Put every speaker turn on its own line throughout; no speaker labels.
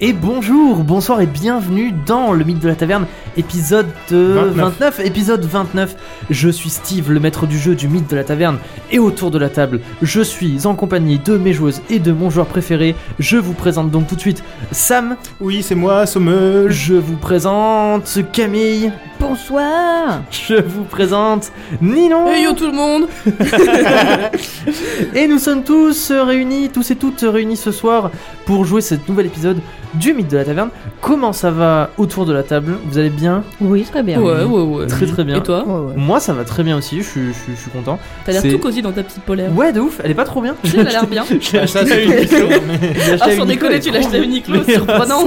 Et bonjour, bonsoir et bienvenue dans le mythe de la taverne, épisode euh, 29.
29.
Épisode 29. Je suis Steve, le maître du jeu du mythe de la taverne, et autour de la table, je suis en compagnie de mes joueuses et de mon joueur préféré. Je vous présente donc tout de suite Sam,
Oui, c'est moi, Sommeuge.
je vous présente Camille,
Bonsoir
je vous présente Ninon.
Hey yo tout le monde
Et nous sommes tous euh, réunis, tous et toutes euh, réunis ce soir pour jouer cet nouvel épisode du Mythe de la Taverne. Comment ça va autour de la table Vous allez bien
Oui, très bien.
Ouais, ouais,
Bah
ouais.
Très, très bien.
Et toi
Ouais, ouais.
Moi ça va très bien aussi, je suis, je suis- je suis content.
T'as l'air
C'est-
tout cosy dans ta petite polaire.
Ouais de ouf, elle est pas trop bien.
Si, elle a l'air bien.
Je l'ai
Ah, ça,
achetée-
c'est une
je
question,
l'ai achetée
Ah,
à
sans
Uniqlo,
déconner,
elle est
tu
trop
l'as acheté à
bien.
Uniqlo,
Mais
c'est surprenant.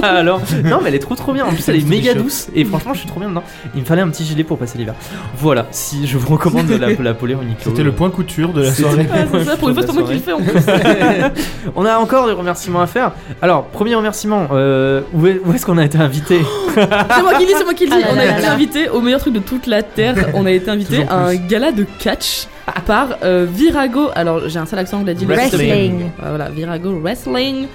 ça alors Non mais elle est trop trop bien, en plus elle est
Trop
méga
chaud.
douce et franchement je suis trop bien dedans. Il me fallait un petit gilet pour passer l'hiver. Voilà, si je vous recommande la, la polaire Uniqlo.
C'était le point couture de la
C'était-
soirée.
Ouais, c'est ça, pour une fois, c'est pas moi qui le fais en plus.
on a encore des remerciements à faire. Alors, premier remerciement, euh, où est- où est-ce qu'on a été invité
C'est moi qui le dis, c'est moi qui le dis.
Ah là
On
là
a été
là.
invité au meilleur truc de toute la Terre. On a été invité
Toujours
à un
plus.
gala de catch par euh, Virago. Alors, j'ai un sale accent dit
Wrestling.
Wrestling.
Euh, Voilà, Virago Wrestling.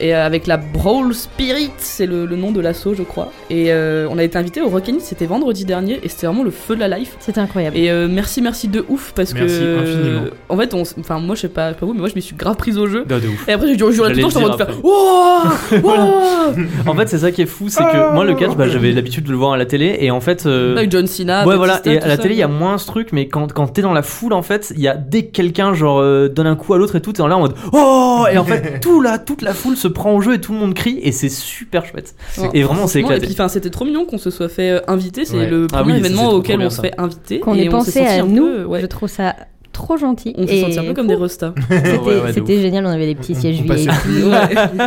Et euh, avec la Brawl Spirit, c'est le, le nom de l'assaut, je crois. Et euh, on a été invité au Rockin', c'était vendredi dernier, et c'était vraiment le feu de la life.
C'est
Ah
incroyable.
Et euh, merci, merci de ouf parce
Merci
que. euh,
infiniment.
En fait, on, s- enfin, moi je sais pas, je sais pas vous, mais moi je me suis grave prise au jeu.
Non, de ouf.
Et après, j'ai oh, dû rejouer tout le
J'allais
temps, j'étais en
le
train de
dire
faire Wouah Wouah
En fait, c'est ça qui est fou, c'est que moi le catch, bah, j'avais l'habitude de le voir à la télé, et en fait, euh,
Avec John Cena.
ouais
Batista,
voilà, et
tout
à la
ça.
télé il y a moins ce truc, mais quand quand t'es dans la foule en fait, il y a dès que quelqu'un genre euh, donne un coup à l'autre et tout, t'es là en mode oh, et en fait tout là, toute la foule se prend au jeu et tout le monde crie et c'est super chouette.
Ouais.
Et vraiment, c'est
Franchement,
éclaté.
Et puis, enfin, c'était trop mignon qu'on se soit fait euh, inviter. C'est
Ouais.
le
Ah
premier
oui, ça, c'est
événement
trop, trop
auquel
bien,
on se
ça.
fait inviter.
Qu'on
et
ait
on s'est
pensé
senti
à
un
nous,
peu, ouais.
je trouve ça trop gentil.
On s'est
Et
senti un peu comme des restas.
c'était,
Ouais, ouais, de
c'était génial, on avait les petits
On- on
sièges
passait-
VIP.
Ouais.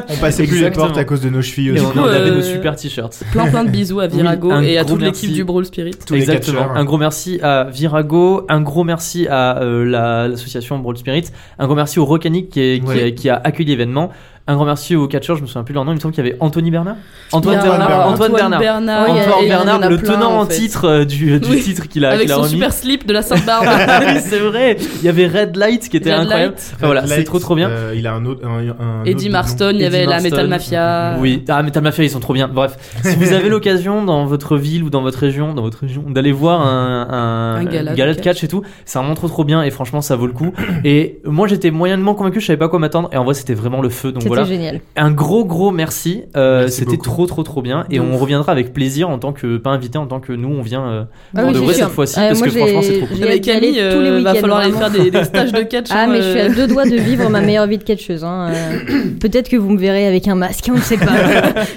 On passait plus les
Exactement.
portes à cause de nos chevilles
Et
aussi.
on
coup,
on avait
euh,
nos super t-shirts.
plein plein de bisous à Virago
un
et à
gros
toute
merci.
l'équipe du Brawl Spirit.
Tous les
Exactement.
catcheurs.
Un gros merci à Virago, un gros merci à euh, la- l'association Brawl Spirit, un gros merci au Rocanic qui, est- qui
Ouais.
a- qui a accueilli l'événement, un grand merci aux catcheurs, je me souviens plus de leur nom, il me semble qu'il y avait Anthony Bernard Antoine
Il y a
Bernard,
Bernard.
Antoine Bernard.
Bernard.
Oui, il y a-
Antoine
il y en a
Bernard, le
plein,
tenant en,
fait.
titre euh, du, du
Oui.
titre qu'il a,
Avec
qu'il a
son
remis.
super slip de la Sainte
Ah
Barbe.
oui, c'est vrai, il y avait Red Light qui était
Red
incroyable.
Light.
Enfin, voilà, c'est
Light,
trop trop bien.
euh, il a un autre. Un, un autre
Eddie
doublon.
Marston, il y avait
Eddie
la Metal
Marston.
Mafia.
Oui, ah mais t'as mafia, ils sont trop bien. Bref, si vous avez l'occasion dans votre ville ou dans votre région, dans votre région, d'aller voir un, un,
Un gala de
de
catch.
catch et tout, ça montre trop trop bien et franchement ça vaut le coup. Et moi j'étais moyennement convaincu, je savais pas quoi m'attendre et en vrai c'était vraiment le feu. Donc
C'était
voilà,
génial.
un gros gros merci. Euh,
Merci
c'était
beaucoup.
trop trop trop bien et
De
on
ouf.
reviendra avec plaisir en tant que pas invité, en tant que nous on vient. euh,
Ah
Pour
oui,
de
c'est
vrai
sûr.
cette fois-ci,
Ah,
parce
moi,
que franchement
j'ai-
c'est trop cool.
j'ai
Mais
hâte d'y aller
Camille,
tous les
euh, va
week-ends,
falloir aller
vraiment.
faire des, des stages de catch.
Ah,
hein,
mais je suis
euh.
à deux doigts de vivre ma meilleure vie de catcheuse. hein, euh. Peut-être que vous me verrez avec un masque, on ne sait pas.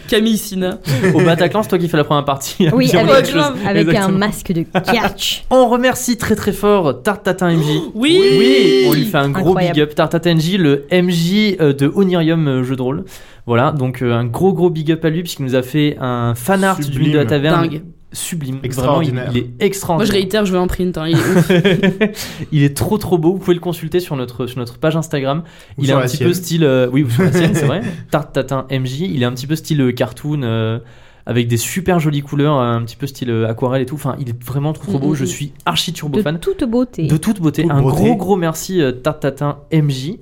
Camille Sina.
Au Bataclan, c'est toi qui fais la première partie.
Oui,
Dis-moi
avec-
quelque chose.
avec un
Exactement.
masque de catch.
On remercie très très fort Tartatin MJ.
Oui
Oui, on lui fait un gros
Incroyable.
big up. Tartatin MJ, le MJ euh, de Onirium euh, jeu de rôle. Voilà, donc euh, un gros gros big up à lui puisqu'il nous a fait un fan art du
Sublime.
mythe de la taverne.
Dingue.
Sublime.
Extraordinaire.
Vraiment, il, il est
Moi je
extraordinaire.
réitère, je veux un print. hein, il est ouf.
il est trop trop beau. Vous pouvez le consulter sur notre sur notre page Instagram.
Ou
il est
sur
un
la
petit
sienne.
peu style euh, oui, ou sur la sienne, c'est vrai. Tartatin MJ, il est un petit peu style euh, cartoon euh, avec des super jolies couleurs, euh, un petit peu style euh, aquarelle et tout. Enfin, il est vraiment trop trop beau.
Mhm.
Je suis archi turbo
De
fan.
toute beauté.
De toute beauté.
Toute
un
beauté.
gros, gros merci, euh, Tartatin MJ.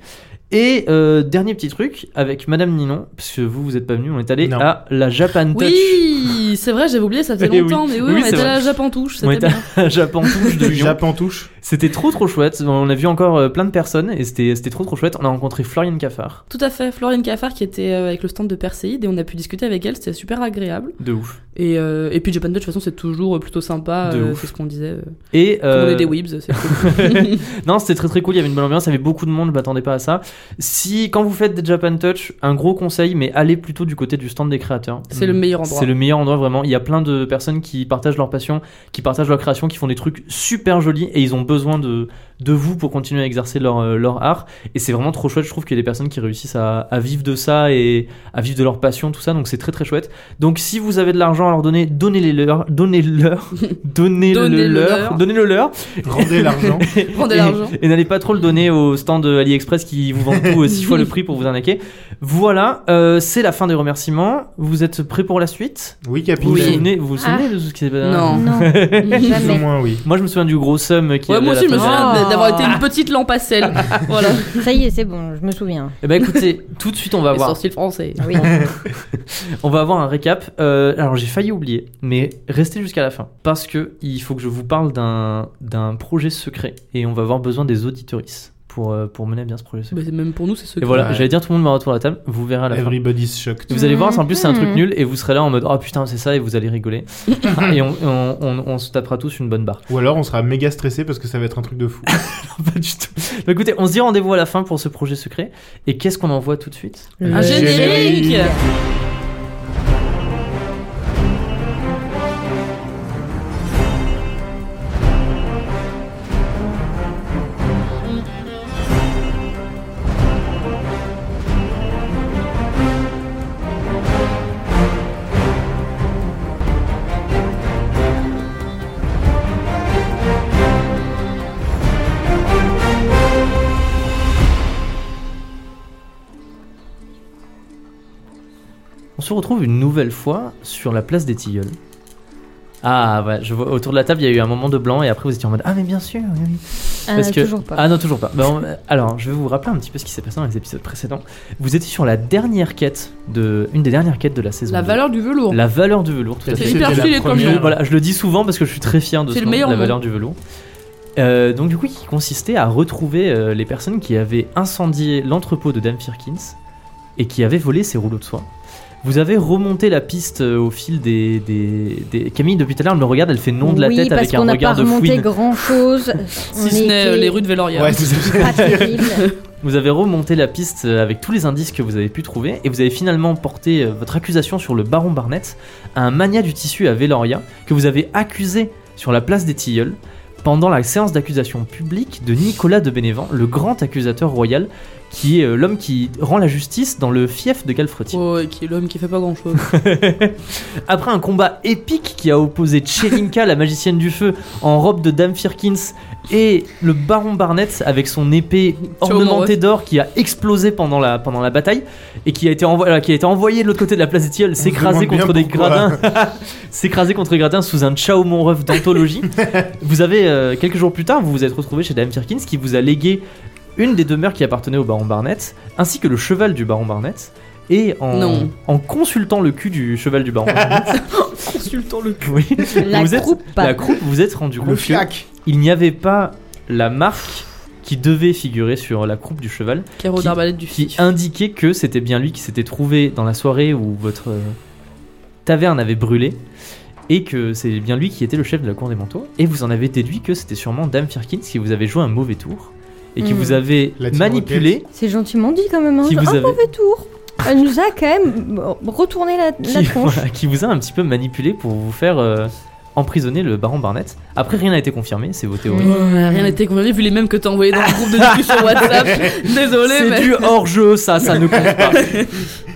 Et euh, dernier petit truc avec Madame Ninon, puisque vous, vous êtes pas venu, on est allé
Non.
à la Japan Touch.
oui, c'est vrai, j'avais oublié, ça faisait
Eh oui.
longtemps. Mais oui,
Oui,
on
c'est
était
vrai.
là à Japon Touche.
On était
C'était
à
bien.
la Japan Touch de Lyon.
Japon touche.
C'était trop trop chouette. On a vu encore euh, plein de personnes et c'était c'était trop trop chouette. On a rencontré Florian Cafard.
Tout à fait. Florian Caffard qui était euh, avec le stand de Perséide et on a pu discuter avec elle, c'était super agréable.
De ouf.
Et, euh, et puis Japan Touch, de toute façon, c'est toujours euh, plutôt sympa.
De
euh,
ouf.
c'est ce qu'on disait. euh.
Et
Tout le monde
euh,
est des weebs, c'est cool.
non, c'était très très cool. Il y avait une bonne ambiance. Il y avait beaucoup de monde. Je m'attendais pas à ça. Si quand vous faites des Japan Touch, un gros conseil, mais allez plutôt du côté du stand des créateurs. Mm.
C'est le meilleur endroit.
hmm, C'est le meilleur endroit vraiment. Il y a plein de personnes qui partagent leur passion, qui partagent leur création, qui font des trucs super jolis et ils ont besoin de, de vous pour continuer à exercer leur, euh, leur art. Et c'est vraiment trop chouette. Je trouve qu'il y a des personnes qui réussissent à, à vivre de ça et à vivre de leur passion, tout ça. Donc c'est très très chouette. Donc si vous avez de l'argent à leur donner, donnez-les leur, donnez-leur, donnez-le
Donnez-le
leur,
leur.
donnez-le leur.
Rendez l'argent.
Prends de
Et-
l'argent.
Et n'allez pas trop le donner au stand de AliExpress qui vous vendent tout 6 fois le prix pour vous arnaquer. Voilà, euh, c'est la fin des remerciements. Vous êtes prêts pour la suite vous
Oui,
vous
capitaine.
souvenez, vous vous souvenez de ce qui s'est passé
Non.
Non,
Plus ou
jamais.
moins, oui.
Moi, je me souviens du gros sum qui
Ouais,
avait regardé
moi aussi,
la
je me
fin.
fin.
souviens
Ah.
d'avoir été une petite lampe à sel. voilà.
Ça y est, c'est bon, je me souviens.
Eh ben écoutez, tout de suite on va
Les
voir.
sourcils français.
Ah Oui.
On va avoir un récap. Euh, alors j'ai failli oublier, mais restez jusqu'à la fin parce que il faut que je vous parle d'un d'un projet secret et on va avoir besoin des auditorices pour euh, pour mener à bien ce projet secret.
Bah, c'est même pour nous, c'est ce
Et voilà,
Ouais.
j'allais dire tout le monde m'a retour à la table. Vous verrez à la fin.
Everybody's shocked.
Vous allez voir, en plus c'est un truc
Mhm.
nul et vous serez là en mode oh putain c'est ça et vous allez rigoler et on, on, on- on se tapera tous une bonne barre.
Ou alors on sera méga stressé parce que ça va être un truc de fou.
Ah,
Pas du tout. Donc, écoutez, on se dit rendez-vous à la fin pour ce projet secret et qu'est-ce qu'on envoie tout de suite
Un générique
On se retrouve une nouvelle fois sur la place des Tilleuls. Ah ouais, je vois autour de la table il y a eu un moment de blanc et après vous étiez en mode ah mais bien sûr. oui, oui.
Ah,
Parce que-
Toujours pas.
Ah non, toujours pas. Bon, euh, alors, je vais vous rappeler un petit peu ce qui s'est passé dans les épisodes précédents. Vous étiez sur la dernière quête de. Une des dernières quêtes de la saison.
La
deux.
valeur du velours.
La valeur du velours, tout à
C'est
fait.
hyper
C'était la
stylé comme
première.
Je,
jeu.
voilà, je le dis souvent parce que je suis très fier de
C'est
ce
le
nom,
meilleur
la
nom.
valeur du velours. Euh, donc du coup, qui consistait à retrouver euh, les personnes qui avaient incendié l'entrepôt de Dame Firkins et qui avaient volé ses rouleaux de soie. Vous avez remonté la piste euh, au fil des, des, des- Camille depuis tout à l'heure, elle me regarde, elle fait non de la
oui,
tête
parce
avec
qu'on
un
n'a pas
regard de
remonté
fouine.
grand chose.
Si ce n'est euh, les rues de Veloria.
Ouais, c'est ça.
Pas terrible.
Vous avez remonté la piste euh, avec tous les indices que vous avez pu trouver et vous avez finalement porté euh, votre accusation sur le baron Barnett, un mania du tissu à Veloria que vous avez accusé sur la place des Tilleuls pendant la séance d'accusation publique de Nicolas de Bénévent, le grand accusateur royal qui est euh, l'homme qui rend la justice dans le fief de Galfretier.
Oh, et qui est l'homme qui fait pas grand chose.
Après un combat épique qui a opposé Chelinka, la magicienne du feu, en robe de Dame Firkins, et le baron Barnett avec son épée ornementée d'or qui a explosé pendant la, pendant la bataille et qui a été, envo- euh, qui a été envoyé de l'autre côté de la place des Tilleuls s'écraser
demande
contre
bien
des
pourquoi.
gradins, s'écraser contre des gradins sous un ciao mon ref d'anthologie. vous avez, euh, quelques jours plus tard, vous vous êtes retrouvé chez Dame Firkins qui vous a légué une des demeures qui appartenait au baron Barnett ainsi que le cheval du baron Barnett. Et en,
Non.
en consultant le cul du cheval du baron Barnett,
Consultant le cul.
oui.
La
vous êtes-
croupe.
la croupe, vous êtes rendu
Le
compte que
fiac.
il n'y avait pas la marque qui devait figurer sur la croupe du cheval,
Carreau
Qui-
d'arbalète du
qui
fils.
indiquait que c'était bien lui qui s'était trouvé dans la soirée où votre euh, taverne avait brûlé, et que c'est bien lui qui était le chef de la cour des manteaux, et vous en avez déduit que c'était sûrement Dame Firkins qui vous avait joué un mauvais tour, et qui
Hmm.
Mm.
vous avait
La team
manipulé,
C'est gentiment dit quand même. hein.
qui vous
Un
avait...
mauvais tour. Elle nous a quand même retourné la, la
qui,
tronche.
voilà, qui vous a un petit peu manipulé pour vous faire euh, emprisonner le baron Barnett. Après, rien n'a été confirmé, c'est vos théories.
Mm.
Ouais, Oh, rien n'était convaincu vu les mêmes que t'as envoyé dans le groupe de discussion WhatsApp. Désolé,
C'est
mais.
du hors-jeu, ça, ça ne compte pas.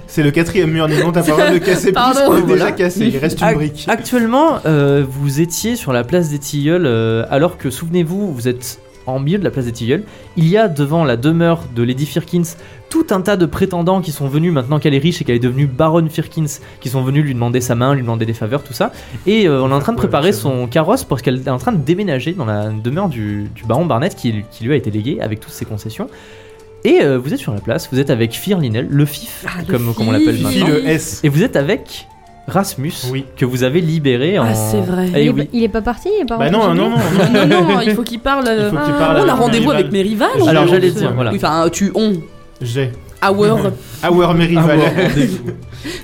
C'est le quatrième mur, dis donc t'as pas le droit de casser plus
Pardon.
qu'on est déjà
Voilà.
cassé, il reste
Ac-
une brique.
Actuellement, euh, vous étiez sur la place des Tilleuls, euh, alors que souvenez-vous, vous êtes en milieu de la place des Tilleuls. Il y a devant la demeure de Lady Firkins tout un tas de prétendants qui sont venus maintenant qu'elle est riche et qu'elle est devenue baronne Firkins, qui sont venus lui demander sa main, lui demander des faveurs, tout ça. Et euh, on est en train de
Ouais,
préparer
c'est
son carrosse parce qu'elle est en train de déménager dans la demeure du, du baron Barnett qui, qui lui a été légué avec toutes ses concessions. Et euh, vous êtes sur la place, vous êtes avec Firlinel, le fif,
Ah, le
comme, comme on
fif.
l'appelle
Qui
maintenant.
le S
Et vous êtes avec Rasmus,
Oui.
que vous avez libéré en.
Ah, c'est vrai.
Eh
il, est,
oui.
il est pas parti, il est pas
Bah
rentré
non,
chez
non,
lui.
non, non.
Non, non, il faut qu'il parle.
Il
euh,
faut que tu
Ah,
parles
on
avec
a
mes
rendez-vous avec
rivales.
mes rivales.
Je-
Alors
J'ai
j'allais
honte,
dire,
ouais.
voilà.
Oui, enfin, tu on.
J'ai.
Hour.
Our mes
Ah,
rivales.
bon.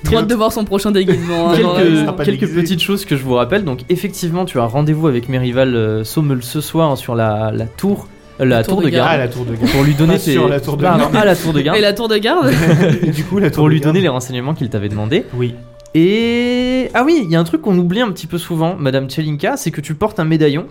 Trop hâte de voir son prochain déguisement. hein,
Quelques-
vraiment.
sera
quelques,
pas
quelques
déguisé.
petites choses que je vous rappelle. Donc, effectivement, tu as rendez-vous avec mes rivales euh, Sommel ce soir sur la, la tour, euh, la, tour, de garde.
Ah, la tour de garde.
Pour lui donner
Pas
tes-
sur la tour de
Pardon,
garde.
à la tour de garde.
Et la tour de garde
Et du coup, la tour
Pour
de
lui
garde.
donner les renseignements qu'il t'avait demandé.
Oui.
Et. Ah oui, il y a un truc qu'on oublie un petit peu souvent, Madame Tchelinka, c'est que tu portes un médaillon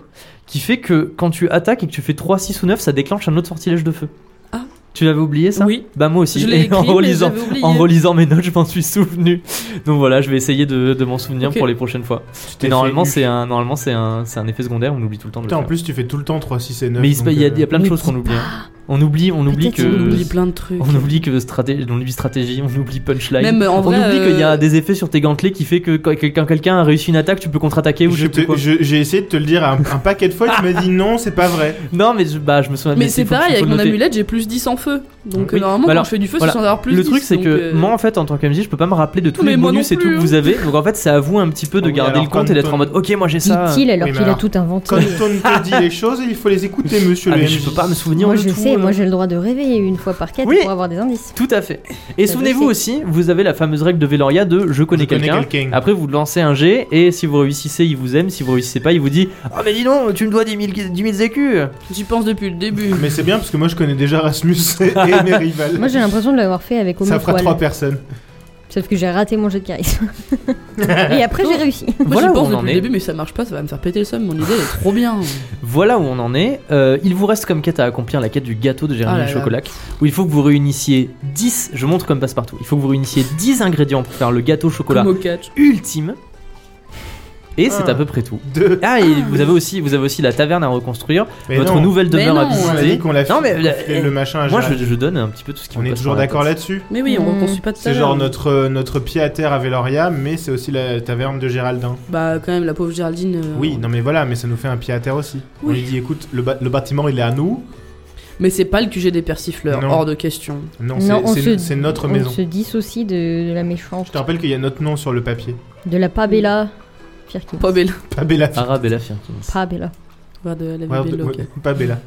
qui fait que quand tu attaques et que tu fais 3, 6 ou 9, ça déclenche un autre sortilège de feu.
Ah.
Tu l'avais oublié ça
Oui.
Bah, moi aussi.
Je l'ai
Et en
écrit, mais
relisant,
j'avais oublié.
En relisant mes notes, je m'en suis souvenu. Donc voilà, je vais essayer de, de m'en souvenir
Ok.
pour les prochaines fois.
Tu t'es
Mais normalement,
fait
c'est un, normalement, c'est un, c'est un effet secondaire, on oublie tout le temps de
Putain, en
le faire.
plus, tu fais tout le temps 3, 6 et 9.
Mais il, se-
donc,
il y a,
euh,
il y a plein de
Mais
choses qu'on oublie. hein. On oublie, on oublie
Peut-être
que.
On oublie plein de trucs.
On oublie que stratégie, on oublie stratégie, on oublie punchline.
Même en
on
vrai,
oublie
euh,
qu'il y a des effets sur tes gantelets qui fait que quand quand quelqu'un a réussi une attaque, tu peux contre-attaquer ou je,
Je
sais plus
te-
quoi.
je- J'ai essayé de te le dire un, un paquet de fois, tu m'as dit non, c'est pas vrai.
Non, mais je, bah, je me souviens.
Mais c'est
faut- faut
pareil, avec
le
mon
noter.
amulette, j'ai plus 10 en feu. Donc
Oui.
euh, normalement,
Bah alors,
quand je fais du feu,
voilà.
c'est censé avoir plus
le
10,
truc, c'est
donc,
que
euh,
moi, en fait, en tant qu'MJ, je peux pas me rappeler de tous
Mais
les
moi non
bonus et tout
plus, hein.
que vous avez. Donc en fait, c'est à vous un petit peu de
Oui,
garder
alors,
le compte et d'être en
quand-
mode Ok, moi j'ai ça.
Dit-il alors
Oui, mais
qu'il a
alors,
tout inventé.
Quand on te dit les choses, il faut les écouter, monsieur
Ah,
le
mais
MJ.
je peux pas me souvenir
Moi
de
je
tout.
sais,
là.
moi j'ai le droit de rêver une fois par quête
Oui.
pour avoir des indices.
Tout à fait. Et
Ça, je
souvenez-vous
sais.
aussi, vous avez la fameuse règle de Veloria de je connais
Je connais
quelqu'un.
quelqu'un.
Après, vous lancez un G et si vous réussissez, il vous aime. Si vous réussissez pas, il vous dit Ah, mais dis donc, tu me dois 10 000, 10 000 écus.
J'y pense depuis le début.
Ah.
Mais c'est bien parce que moi je connais déjà Rasmus et mes rivales.
Moi j'ai l'impression de l'avoir fait avec
Ça fera trois
Omeroil.
personnes.
Sauf que j'ai raté mon jeu de charisme. Et après j'ai réussi.
Moi,
voilà
j'y
où
pense
on en
depuis
est.
le début, mais ça marche pas, ça va me faire péter le somme. Mon idée, elle est trop bien.
Voilà où on en est. Euh, il vous reste comme quête à accomplir la quête du gâteau de Jérémy
Ah là là.
Chocolac, où il faut que vous réunissiez 10, je montre comme passe-partout, il faut que vous réunissiez 10 ingrédients pour faire le gâteau au chocolat
Comme au catch.
ultime. Et c'est
Ah.
à peu près tout.
Deux.
Ah, et vous avez aussi, vous avez aussi la taverne à reconstruire,
Mais
votre
non,
nouvelle
Mais
demeure à
non.
on a
visiter.
dit qu'on l'a
Non,
fait-
mais la-
qu'on filait le machin à
Moi,
Gérard.
je, je donne un petit peu tout ce qui
On
me
est
passe
toujours
par la
d'accord
tête.
là-dessus.
Mais oui, on
Hmm.
reconstruit pas de
C'est genre notre, notre pied à terre à Veloria, mais c'est aussi la taverne de Géraldin.
Bah, quand même, la pauvre Géraldine. euh,
Oui, non mais voilà, mais ça nous fait un pied à terre aussi. On
Oui.
lui dit écoute, le, ba- le bâtiment il est à nous.
Mais c'est pas le QG des persifleurs,
Non.
hors de question.
Non,
Non,
c'est-
on
c'est
se-
c'est notre
on
maison.
se dissocie de, de la méchante,
Je te rappelle qu'il y a notre nom sur le papier.
de la Pabella. Firkin.
Pas belle.
Pas Bella.
Arabe et la Firkins.
Pabella.
Voir de la vie
Ouais,
belle,
ouais,
ok.
pas Bella.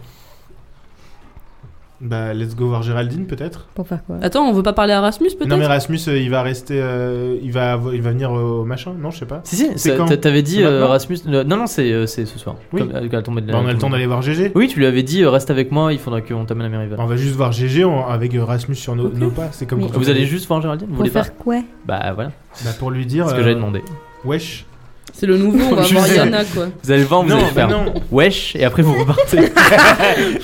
Bah, let's go voir Géraldine peut-être.
Pour faire quoi
Attends, on veut pas parler à Rasmus
Non mais
peut-être
Rasmus, euh, il va rester, euh, il va, avo- il va venir euh, au machin. Non, je sais pas.
Si, si,
C'est
ça-
quand
t'a- t'avais dit
C'est
euh,
maintenant
Rasmus. euh, Non, non, c'est euh, c'est ce soir.
Oui.
Comme- à la tombée de la-
Bah, on a le temps d'aller voir GG.
Oui, tu lui avais dit euh, reste avec moi, il faudra qu'on t'amène à Merivale.
On va juste voir GG on- avec euh, Rasmus sur nos,
Ok.
nos pas. C'est comme
Mais-
quand
Vous
on-
allez juste voir Géraldine Vous
Pour
voulez pas
faire quoi
Bah voilà,
Bah, pour lui dire.
c'est ce que
euh,
j'avais demandé.
Wesh.
C'est le nouveau, on va
Je
voir
sais.
Yana quoi.
Vous allez voir, vous allez
non,
faire
bah non.
wesh, et après vous repartez.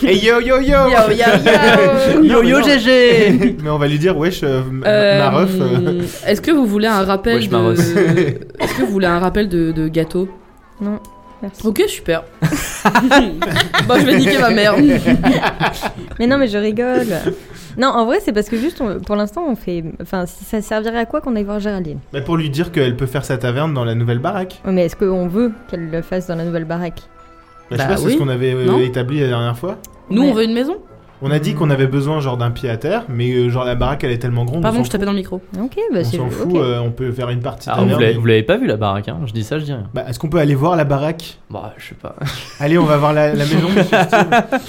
hey yo yo yo.
Yo, yo, yo.
yo
Non, mais
yo
non.
GG
Mais on va lui dire wesh euh, ma-
Euh,
ma ref. euh.
Est-ce que vous voulez un rappel
Ouais, je m'arrose.
de... Est-ce que vous voulez un rappel de, de gâteau
Non. Merci.
Ok, super. bah, je vais niquer ma mère.
Mais non, mais je rigole. non, en vrai, c'est parce que juste, on- pour l'instant, on fait. Enfin, ça servirait à quoi qu'on aille voir Géraldine
Bah, pour lui dire qu'elle peut faire sa taverne dans la nouvelle baraque.
Ouais, Mais est-ce qu'on veut qu'elle le fasse dans la nouvelle baraque
Bah, je sais
Bah
pas, c'est
oui.
ce qu'on avait euh,
Non. Hmm.
établi la dernière fois.
Nous,
Ouais.
on veut une maison
On a dit qu'on avait besoin genre d'un pied à terre, mais euh, genre la baraque elle est tellement grande.
Pardon,
on
je
s'en
tapais dans le micro.
Ok,
on
bah c'est.
s'en
ok.
fout, euh, on peut faire une partie.
Ah,
taverne,
vous l'avez-
mais-
vous l'avez pas vu la baraque, hein je dis ça, je dis rien.
Bah, est-ce qu'on peut aller voir la baraque
Bah, je sais pas.
Allez, on va voir la, la maison. monsieur Steve.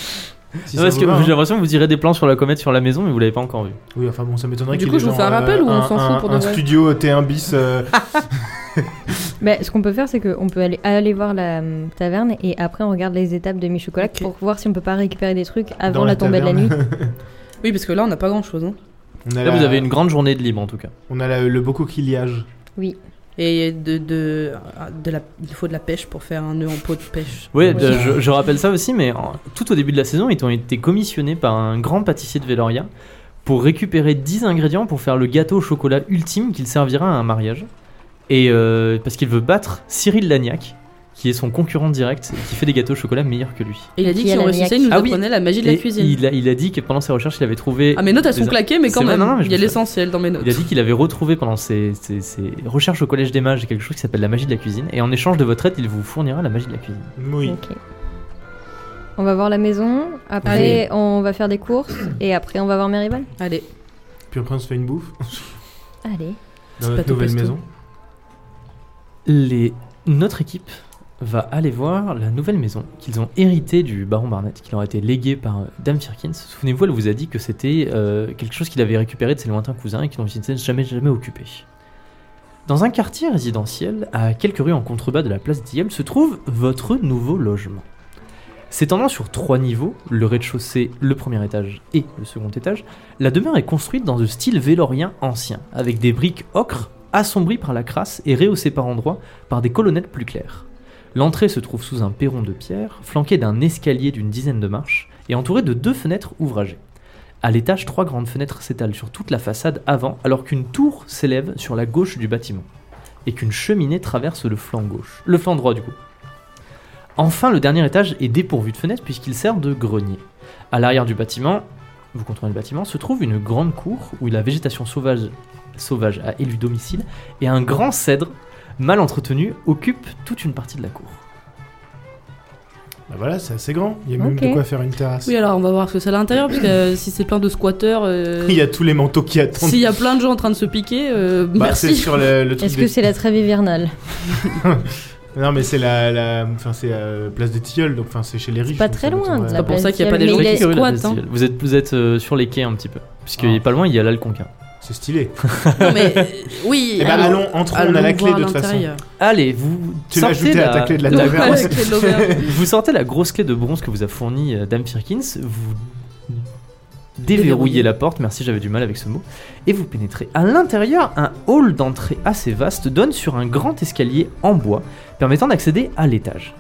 Si
Non,
ça
parce
vous
que
va, hein.
j'ai l'impression que vous irez des plans sur la comète sur la maison, mais vous l'avez pas encore vu.
Oui, enfin bon, ça m'étonnerait
Du
qu'il
coup,
ait
je vous
genre, euh,
fais un rappel ou on
un-
s'en fout
un-
pour de
Un
vrai
studio T1 bis. euh,
Bah, ce qu'on peut faire, c'est qu'on peut aller, aller voir la hum, taverne et après, on regarde les étapes de mi-chocolat
Ok.
pour voir si on peut pas récupérer des trucs avant
dans
la, tombée de la nuit.
taverne.
Oui, parce que là, on n'a pas grand chose. Hein.
on
Là,
a, la-
vous avez une grande journée de libre en tout cas.
on a la- le beau coquillage.
Et de, de, de la, il faut de la pêche pour faire un nœud en peau de pêche.
Oui,
Ouais.
euh, je, je rappelle ça aussi, mais en- tout au début de la saison, ils ont été commissionnés par un grand pâtissier de Veloria pour récupérer 10 ingrédients pour faire le gâteau au chocolat ultime qu'il servira à un mariage. Et euh, parce qu'il veut battre Cyril Lagnac, qui est son concurrent direct et qui fait des gâteaux au chocolat meilleurs que lui.
Et il a dit
Qui
que
a
si on
la
réussissait,
niaque.
il nous
Ah oui.
apprenait la magie de
Et
la cuisine.
Il a, il a dit que pendant ses recherches, il avait trouvé.
Ah, mes notes, elles sont
Des-
claquées, mais quand
C'est vrai,
même,
non, non, mais je
il y a
me
l'essentiel dans mes notes.
Il a dit qu'il avait retrouvé pendant ses, ses- ses recherches au Collège des Mages quelque chose qui s'appelle la magie de la cuisine. Et en échange de votre aide, il vous fournira la magie de la cuisine.
Oui.
Ok. On va voir la maison, après on va faire des courses et après on va voir Merival.
Allez,
Puis après, on se fait une bouffe
Allez.
dans
C'est
notre
pas tout
nouvelle
pesto.
maison.
Les... Notre équipe va aller voir la nouvelle maison qu'ils ont héritée du baron Barnett, qui leur a été léguée par euh, Dame Firkins. Souvenez-vous, elle vous a dit que c'était euh, quelque chose qu'il avait récupéré de ses lointains cousins et qu'ils n'ont s'étaient jamais, jamais occupé. Dans un quartier résidentiel, à quelques rues en contrebas de la place d'Yel, se trouve votre nouveau logement. S'étendant sur trois niveaux, le rez-de-chaussée, le premier étage et le second étage, la demeure est construite dans le style vélorien ancien, avec des briques ocre assombries par la crasse et rehaussées par endroits par des colonnettes plus claires. L'entrée se trouve sous un perron de pierre, flanqué d'un escalier d'une dizaine de marches et entouré de deux fenêtres ouvragées. À l'étage, trois grandes fenêtres s'étalent sur toute la façade avant, alors qu'une tour s'élève sur la gauche du bâtiment et qu'une cheminée traverse le flanc gauche, le flanc droit du coup. Enfin, le dernier étage est dépourvu de fenêtres puisqu'il sert de grenier. À l'arrière du bâtiment, vous contournez le bâtiment, se trouve une grande cour où la végétation sauvage, sauvage a élu domicile et un grand cèdre mal entretenu occupe toute une partie de la cour.
Bah voilà, c'est assez grand. Il y a même
Ok.
de quoi faire une terrasse.
Oui, alors on va voir ce que c'est à l'intérieur, parce que euh, si c'est plein de squatteurs, euh,
Il y a tous les manteaux qui attendent.
s'il y a plein de gens en train de se piquer, euh,
Bah, c'est
merci.
sur le, le truc.
Est-ce
des-
que c'est la trêve hivernale
Non, mais c'est la, la- enfin c'est euh, place des Tilleuls, donc enfin c'est chez les riches.
pas
donc
très
ça euh,
loin de
m'étonnerait.
la
C'est pour ça qu'il y a pas
Mais
des gens
il
qui
est-
squattent. hein.
Vous êtes, vous êtes euh, sur les quais un petit peu, puisque
Ah.
pas loin il y a l'Alconquin.
C'est stylé.
Non, mais euh, oui.
Eh ben
alors,
allons, entrons, on a la
allons
clé
voir
de toute façon.
l'intérieur.
Allez, vous
Tu l'as
sortez
ajouté à ta clé de la
Ouais,
taverne.
la clé de l'auberge.
Vous sortez la grosse clé de bronze que vous a fournie euh, Dame Firkins, vous déverrouillez
Déverrouillez.
la porte, merci j'avais du mal avec ce mot, et vous pénétrez. À l'intérieur, un hall d'entrée assez vaste donne sur un grand escalier en bois permettant d'accéder à l'étage.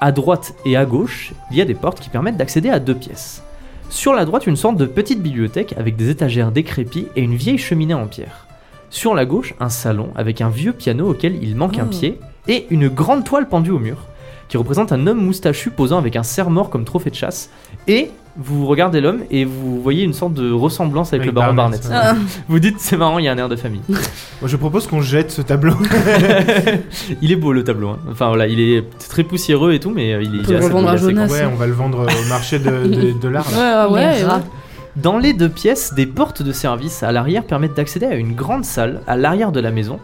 À droite et à gauche, il y a des portes qui permettent d'accéder à deux pièces. Sur la droite, une sorte de petite bibliothèque avec des étagères décrépies et une vieille cheminée en pierre. Sur la gauche, un salon avec un vieux piano auquel il manque un
Oh.
pied et une grande toile pendue au mur qui représente un homme moustachu posant avec un cerf-mort comme trophée de chasse. Et vous regardez l'homme et vous voyez une sorte de ressemblance avec
Avec
le baron
Barnett,
Barnett.
Ah,
Vous dites c'est marrant, il y a un air de famille.
Moi, je propose qu'on jette ce tableau.
il est beau le tableau. hein. Enfin voilà, il est très poussiéreux et tout, mais euh, il est,
On
il est
peut le
assez
revendre
beau,
à
assez
Jonas.
grand.
ouais, on va le vendre au marché de, de, de l'art.
Ouais,
là.
Ah ouais, ouais.
Les rats.
Dans les deux pièces, des portes de service à l'arrière permettent d'accéder à une grande salle à l'arrière de la maison,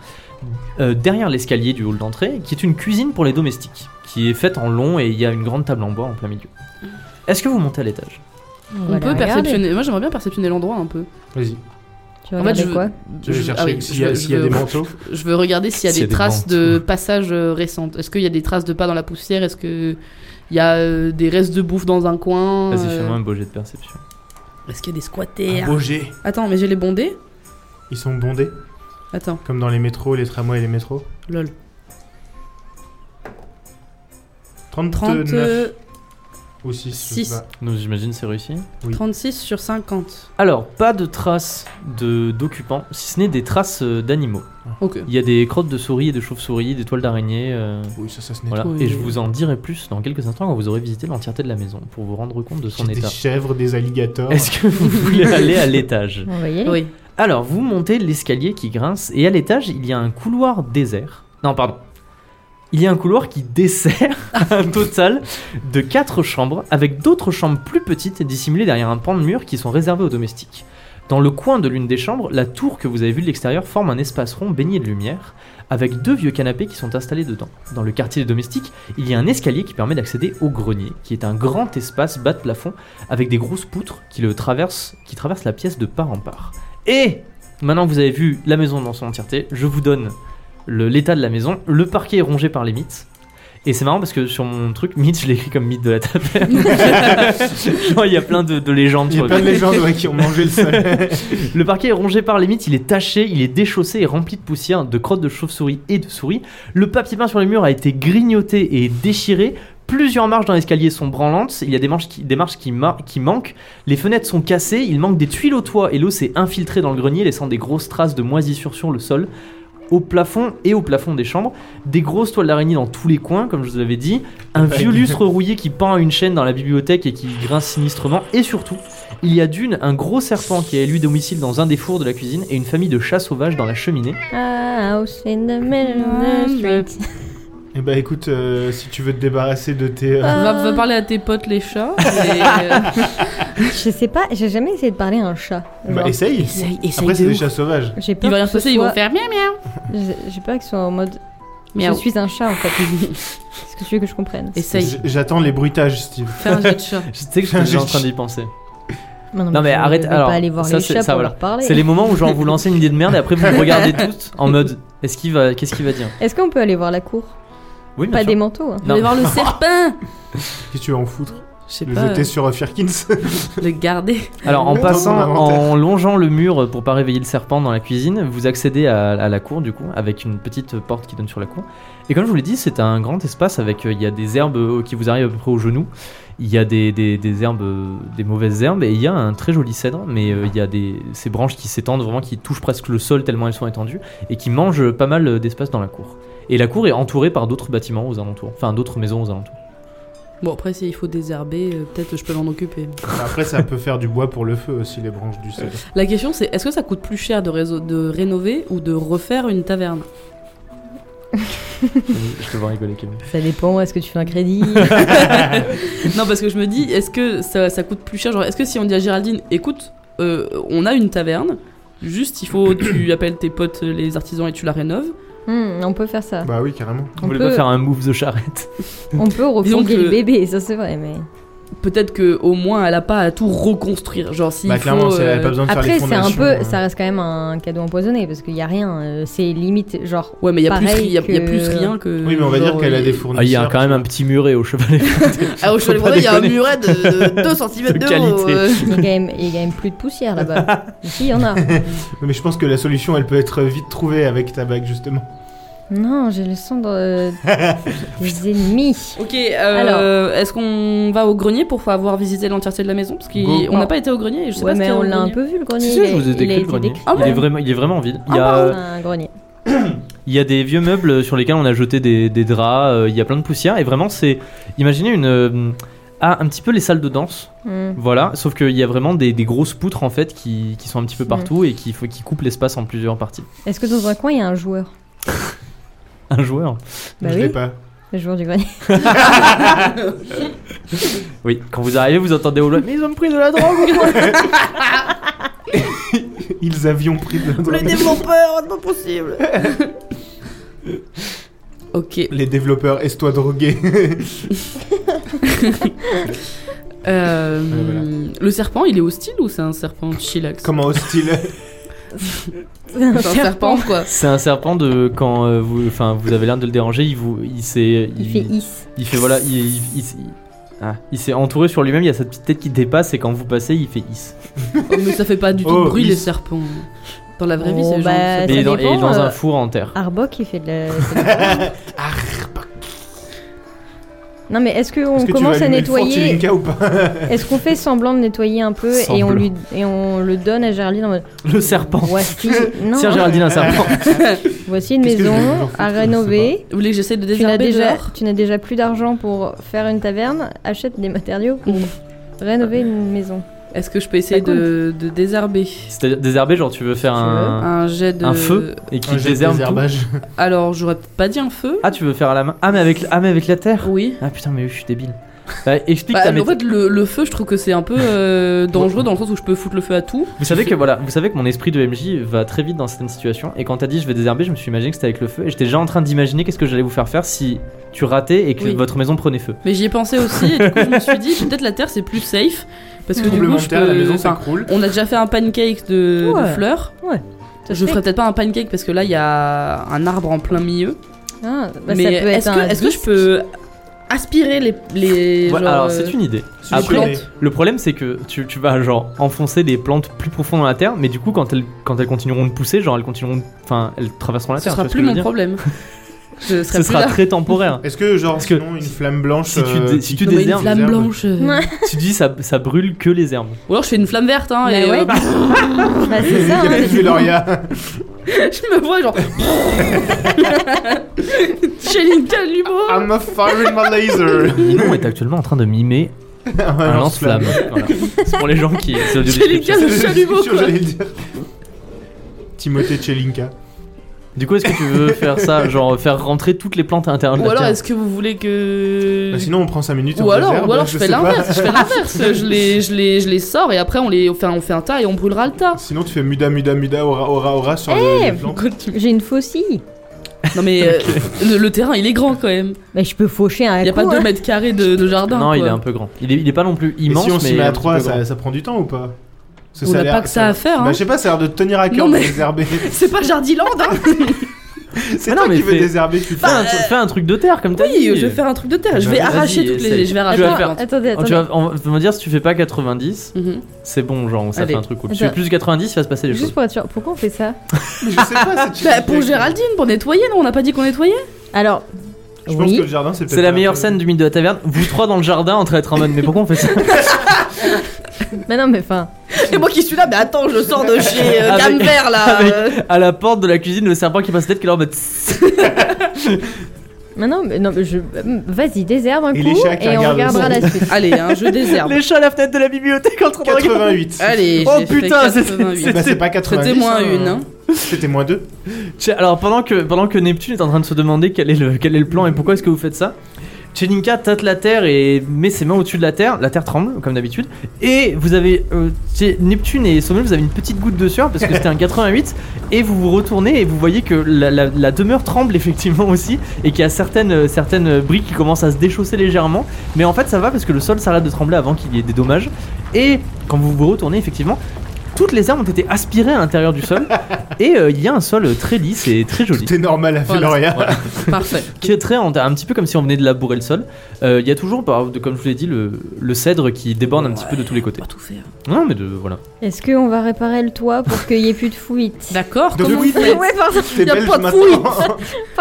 euh, derrière l'escalier du hall d'entrée, qui est une cuisine pour les domestiques, qui est faite en long et il y a une grande table en bois en plein milieu.
Mm.
Est-ce que vous montez à l'étage
On peut perceptionner. Moi, j'aimerais bien perceptionner l'endroit un peu.
Vas-y.
Tu vas
En fait,
regarder
je veux,
quoi
Je vais
je-
chercher
ah oui,
s'il
je
y a,
veux-
s'il y a
je
des
veux-
manteaux.
Je veux regarder s'il y a
S'il y
des
a des
traces
bandes.
de passages euh, récentes. Est-ce qu'il y a des traces de pas dans la poussière Est-ce que il y a euh, des restes de bouffe dans un coin
Vas-y,
euh,
fais-moi un beau jet de perception.
Est-ce qu'il y a des squatters
Boger.
Attends, mais j'ai les bondés
Ils sont bondés,
Attends,
comme dans les métros, les tramways et les métros.
lol.
39
30, euh,
ou 6.
six.
Donc j'imagine c'est réussi.
Oui.
36 sur 50.
Alors, pas de traces de- d'occupants, si ce n'est des traces euh, d'animaux.
Ok.
Il y a des crottes de souris, et de chauves-souris, des toiles d'araignées. euh,
Oui, ça, ça se nettoie.
Voilà.
Oui.
Et je vous en dirai plus dans quelques instants quand vous aurez visité l'entièreté de la maison pour vous rendre compte de
J'ai
son
Des
état.
chèvres, des alligators.
Est-ce que vous voulez aller à l'étage
On va y aller.
Oui.
Alors, vous montez l'escalier qui grince et à l'étage, il y a un couloir désert. Non, pardon. Il y a un couloir qui dessert un total de quatre chambres avec d'autres chambres plus petites dissimulées derrière un pan de mur qui sont réservées aux domestiques. Dans le coin de l'une des chambres, la tour que vous avez vue de l'extérieur forme un espace rond baigné de lumière avec deux vieux canapés qui sont installés dedans. Dans le quartier des domestiques, il y a un escalier qui permet d'accéder au grenier, qui est un grand espace bas de plafond avec des grosses poutres qui le traversent, qui traversent la pièce de part en part. Et maintenant que vous avez vu la maison dans son entièreté, je vous donne le- l'état de la maison. Le parquet est rongé par les mythes. Et c'est marrant parce que sur mon truc, mythe, je l'ai écrit comme mythe de la taverne. Genre, il y a plein de, de légendes.
Il y
sur
a
le
plein de
truc.
légendes ouais, qui ont mangé le sol.
Le parquet est rongé par les mythes, il est taché, il est déchaussé et rempli de poussière, de crottes de chauve-souris et de souris. Le papier peint sur les murs a été grignoté et déchiré. Plusieurs marches dans l'escalier sont branlantes, il y a des marches qui, des marches qui, mar- qui manquent, les fenêtres sont cassées, il manque des tuiles au toit et l'eau s'est infiltrée dans le grenier, laissant des grosses traces de moisissures sur le sol, au plafond et au plafond des chambres, des grosses toiles d'araignée dans tous les coins, comme je vous avais dit, un vieux lustre rouillé qui pend à une chaîne dans la bibliothèque et qui grince sinistrement, et surtout, il y a d'une un gros serpent qui a élu domicile dans un des fours de la cuisine et une famille de chats sauvages dans la cheminée.
Ah, house in the middle of the street.
Eh bah écoute, euh, si tu veux te débarrasser de tes. euh,
Va, va parler à tes potes les chats. et, euh,
Je sais pas, j'ai jamais essayé de parler à un chat.
Bah
Genre,
essaye. Après, c'est des chats sauvages.
J'ai
il
peur
va rien
que
se
ce
passer, ils vont
soit-
faire miam miam.
J'ai j'ai peur qu'ils soient en mode.
Miaou.
Je suis un chat en fait. Est-ce que tu veux que je comprenne
Essaye.
J- J'attends les bruitages, Steve.
Fais un jet de chat.
Je sais que j'étais déjà en train d'y penser. Non, mais
Ah je
arrête,
vais
alors,
pas aller voir
ça,
les
c'est-
chats
ça,
pour
voilà.
leur parler.
C'est les moments où genre vous lancez une idée de merde et après vous vous regardez tous en mode est-ce qu'il va qu'est-ce qu'il va dire
Est-ce qu'on peut aller voir la cour
Oui, bien
Pas
sûr.
des manteaux. hein.
On va voir le serpent.
Qu'est-ce que tu vas en foutre
Je sais
Le
pas.
jeter sur euh, Firkins
Le garder.
Alors en
Dans
passant,
mon inventaire.
en longeant le mur pour pas réveiller le serpent dans la cuisine, vous accédez à, à la cour du coup, avec une petite porte qui donne sur la cour. Et comme je vous l'ai dit, c'est un grand espace avec euh, il y a des herbes euh, qui vous arrivent à peu près aux genoux. Il y a des, des, des herbes, euh, des mauvaises herbes, et il y a un très joli cèdre, mais euh, il y a des, ces branches qui s'étendent vraiment, qui touchent presque le sol tellement elles sont étendues, et qui mangent pas mal euh, d'espace dans la cour. Et la cour est entourée par d'autres bâtiments aux alentours, enfin d'autres maisons aux alentours.
Bon, après, s'il faut désherber, euh, peut-être je peux m'en occuper.
Enfin, Après, ça peut faire du bois pour le feu aussi, les branches du sol.
La question, c'est est-ce que ça coûte plus cher de, réseau- de rénover ou de refaire une taverne
Je te vois rigoler, Kevin.
Ça dépend, est-ce que tu fais un crédit
Non, parce que je me dis, est-ce que ça, ça coûte plus cher Genre, est-ce que si on dit à Géraldine, écoute, euh, on a une taverne, juste il faut, tu appelles tes potes euh, les artisans et tu la rénoves.
Hmm, On peut faire ça.
Bah oui, carrément.
On
On
voulait
peut,
pas faire un move de charrette.
Bah,
on peut
Disons
reconquérir
que-
le bébé, ça c'est vrai, mais...
Peut-être que au moins elle a pas à tout reconstruire. Genre, s'il
Bah
faut.
clairement, c'est- elle a
euh,
pas besoin de faire
Après,
les
c'est un
fondations.
peu,
euh.
ça reste quand même un cadeau empoisonné parce qu'il n'y a rien. euh, C'est limite, genre,
Ouais, mais il y a plus
Pareil
ri- y a- y a
que-
plus rien que.
Oui, mais on va
genre,
dire qu'elle a
il-
des
Ah, Il
fournisseurs.
y a quand même un petit muret au chevalet.
Ah, au cheval
Faut pas
Breton, il y a un
déconner.
muret de, de 2 cm de,
De
haut,
qualité.
euh.
il n'y a, quand même- il y a quand même plus de poussière là-bas. Ici, il y en a.
Mais je pense que la solution, elle peut être vite trouvée avec ta bague, justement.
Non, j'ai le son de- des ennemis.
Ok, euh,
Alors.
est-ce qu'on va au grenier pour avoir visité l'entièreté de la maison Parce
Go.
qu'on n'a pas été au grenier, et je sais
Ouais,
pas ce
mais
qu'il y a
on
au
l'a un
grenier.
peu vu le grenier.
Si,
il
si,
est-
je vous ai
il a
décrit le
été
grenier.
décrit.
Ah
Il est
bon
vraiment, il est vraiment vide. Il y
Ah
a,
bon
euh,
Un grenier.
il y a des vieux meubles sur lesquels on a jeté des, des draps. euh, Il y a plein de poussière et vraiment, c'est. Imaginez une. euh, ah, un petit peu les salles de danse,
Hmm.
voilà, sauf qu'il y a vraiment des, des grosses poutres en fait qui, qui sont un petit
Hmm.
peu partout et qui, faut- qui coupent l'espace en plusieurs parties.
Est-ce que dans un coin il y a un joueur
Un joueur
Bah
je
oui,
l'ai pas.
le joueur du grenier.
Oui, quand vous arrivez, vous entendez au loin Mais ils ont pris de la drogue
Ils avions pris de
Le développeur, c'est pas possible Ok,
Les développeurs, est-ce toi drogué
euh,
Ouais, voilà.
le serpent, il est hostile ou c'est un serpent chillax
Comment hostile
C'est
C'est un serpent, quoi.
C'est un serpent de quand euh, vous, enfin, vous avez l'air de le déranger, il vous, il s'est,
Il fait is.
il fait voilà, il, il- il- il- ah, il s'est entouré sur lui-même. Il y a cette petite tête qui dépasse et quand vous passez, il fait is.
Oh, mais ça fait pas du tout
Oh,
de bruit,
il-
les serpents. Dans la vraie vie,
Oh,
c'est
bah,
genre...
Et
ça
il est dans, et il est
dépend,
dans
euh,
un four en
Ah.
terre.
Arbok, il fait de la. c'est de la- Non mais est-ce qu'on
Est-ce que tu vas
commence à
allumer le
nettoyer
Fortilinka ou pas
Est-ce qu'on fait semblant de nettoyer un peu et on
Semblant.
lui et on le donne à Géraldine en mode
Le serpent.
voici non
Tiens, Géraldine, un serpent.
voici une
Qu'est-ce que je vais vous en
maison
foutre,
à
je sais
rénover.
Vous voulez que j'essaie de
Tu n'as
désherber
déjà
dehors
tu n'as déjà plus d'argent pour faire une taverne, achète des matériaux pour rénover une maison.
Est-ce que je peux essayer
Ça compte.
de, de désherber
C'est-à-dire désherber, genre tu veux faire
Tu
un,
Un jet de...
un feu et qu'il
Un jet de
désherbe tout.
désherbage.
Alors, j'aurais peut-être pas dit un feu
Ah, tu veux faire à la main Ah mais avec, ah mais avec la terre.
Oui.
Ah putain, mais je suis débile. Euh, explique
Bah,
ta
mais en
méthode.
fait, le, le feu, je trouve que c'est un peu euh, dangereux dans le sens où je peux foutre le feu à tout.
Vous savez que voilà, vous savez que mon esprit de MJ va très vite dans certaines situations. Et quand t'as dit je vais désherber, je me suis imaginé que c'était avec le feu. Et j'étais déjà en train d'imaginer qu'est-ce que j'allais vous faire faire si tu ratais et que
Oui.
votre maison prenait feu.
Mais j'y ai pensé aussi, et du coup, je me suis dit, peut-être la terre, c'est plus safe. Parce que du
Tremblement
coup,
de
je
terre, la
peux.
maison
Ah.
enfin,
s'écroule.
on a déjà fait un pancake de, de
Ouais.
fleurs.
Ça
Je
se fait.
ferais peut-être pas un pancake parce que là, il y a un arbre en plein milieu.
Ah, bah,
mais
ça peut être
est-ce que,
un
est-ce que je
disque.
peux aspirer les. les
Ouais,
genre,
alors
euh,
c'est une idée.
les
Après-
plantes
Le problème c'est que tu, tu vas genre enfoncer les plantes plus profond dans la terre, mais du coup quand elles, quand elles continueront de pousser, genre elles continueront, de- enfin elles traverseront la
Ce
terre.
sera
tu vois ce
plus
que je veux
mon
dire
problème. Je serai
Ce
plus
sera
là.
très temporaire.
Est-ce que, genre,
Parce que
sinon, une flamme blanche.
si tu
euh,
dé- si tu
pique-
Non, mais une
désherbes.
flamme
Désherbe.
blanche. euh.
Ouais.
tu dis ça, ça brûle que les herbes.
Ou alors je fais une flamme verte, hein,
Bah
et
ouais.
euh, Ah,
Bah, c'est
Il
ça.
y a
hein,
pas
c'est-
tué Lauria.
je me vois genre. Chelinka l'humour.
Ah,
I'm a firing my laser.
Ninon est actuellement en train de mimer un lance-flamme. Voilà. C'est pour les gens qui. c'est l'audio
J'ai les
description.
gars- Le chalumeau,
C'est sûr,
quoi.
j'allais le dire. Timothée Bah, Chelinka.
Du coup, est-ce que tu veux faire ça Genre faire rentrer toutes les plantes à l'intérieur de
Ou
la
alors
terre
est-ce que vous voulez que.
Bah, sinon, on prend 5 minutes. et
ou
on
alors,
désherbe, hein,
ou alors
bah,
je, fais
sais pas.
l'inverse, je fais l'inverse, je les, je, les, je les sors et après on, les, on, fait, on fait un tas et on brûlera le tas.
Sinon, tu fais muda, muda, muda, aura, aura, aura sur le-
Eh
les plantes.
J'ai une faucille.
Non mais euh, le, le terrain il est grand quand même,
Mais je peux faucher un
il n'y a
coup,
pas
hein.
2 mètres carrés de, de jardin.
Non, il
quoi.
est un peu grand. Il est, il est pas non plus
Et
immense,
si on
mais
s'y met
un
à
petit
3,
peu grand.
ça, ça prend du temps ou pas Parce
On
a
n'a
l'air-
pas que ça à faire,
Bah,
hein.
je sais pas, ça a l'air de te tenir à cœur
Non, mais-
de désherber.
C'est pas Jardiland hein
C'est
Mais
toi
non, mais
qui veux
fais-
désherber, tu fais.
Fais un, fais un truc de terre comme t'as
Bah, Oui,
dit.
je vais faire un truc de terre, je
Bah,
vais
vas-y,
arracher toutes
essaye.
les... Je vais
Tu
arracher
vas le
les
faire.
plantes.
Attendez,
Oh,
attendez.
tu vas, on va me dire si tu fais pas 90,
Mhm.
c'est bon, genre ça
Allez.
fait un truc cool. Si tu fais
Attends.
plus de 90, il va se passer des
Juste
choses.
pour être sûr, pourquoi on fait ça
Mais je sais pas, c'est
Bah, pour Géraldine, pour nettoyer, non On n'a pas dit qu'on nettoyait
Alors,
Je pense que le
oui,
jardin, c'est peut-être.
C'est la
pas-
meilleure scène du mythe de la taverne. Vous trois dans le jardin en train d'être en mode, mais pourquoi on fait ça
mais non, mais enfin,
Et moi qui suis là, mais attends, je sors de chez euh,
Avec-
Gamme Vert, là
avec-
euh.
À la porte de la cuisine, le serpent qui passe la tête qui est là en mode.
Maintenant, mais non, mais je... vas-y, désherbe un
Et les
coup
chats qui
et on
regardent le
regardera
son.
la suite.
Allez, un jeu désherbe.
Les chats à la fenêtre de la bibliothèque en train de regarder.
88.
Allez,
Oh
j'ai fait
putain, c'est-
88.
c'est-
Bah, c'est pas 90.
C'était moins une. hein.
C'était moins 2.
Tiens, Alors pendant que, pendant que Neptune est en train de se demander quel est le, quel est le plan et pourquoi est-ce que vous faites ça, Chelinka tâte la terre et met ses mains au-dessus de la terre. La terre tremble comme d'habitude. Et vous avez euh, c'est- Neptune et Sommel, vous avez une petite goutte de sueur parce que c'était un 88. Et vous vous retournez et vous voyez que la, la- la demeure tremble effectivement aussi et qu'il y a certaines, euh, certaines briques qui commencent à se déchausser légèrement. Mais en fait ça va parce que le sol s'arrête de trembler avant qu'il y ait des dommages. Et quand vous vous retournez effectivement, toutes les armes ont été aspirées à l'intérieur du sol. Et euh, il y a un sol très lisse et très joli.
Tout est normal à
Voilà.
Veloria.
Parfait.
Qui est très en- un petit peu comme si on venait de labourer le sol. Euh, Il y a toujours, par- de- comme je vous l'ai dit, le, le cèdre qui déborde un petit peu de tous les côtés.
On va tout faire.
Non, mais de, voilà.
Est-ce qu'on va réparer le toit pour qu'il n'y ait plus de fouites
D'accord,
Donc,
comment
oui,
on fait
Ouais, pardon,
C'est
Y a
belge
pas de
maintenant.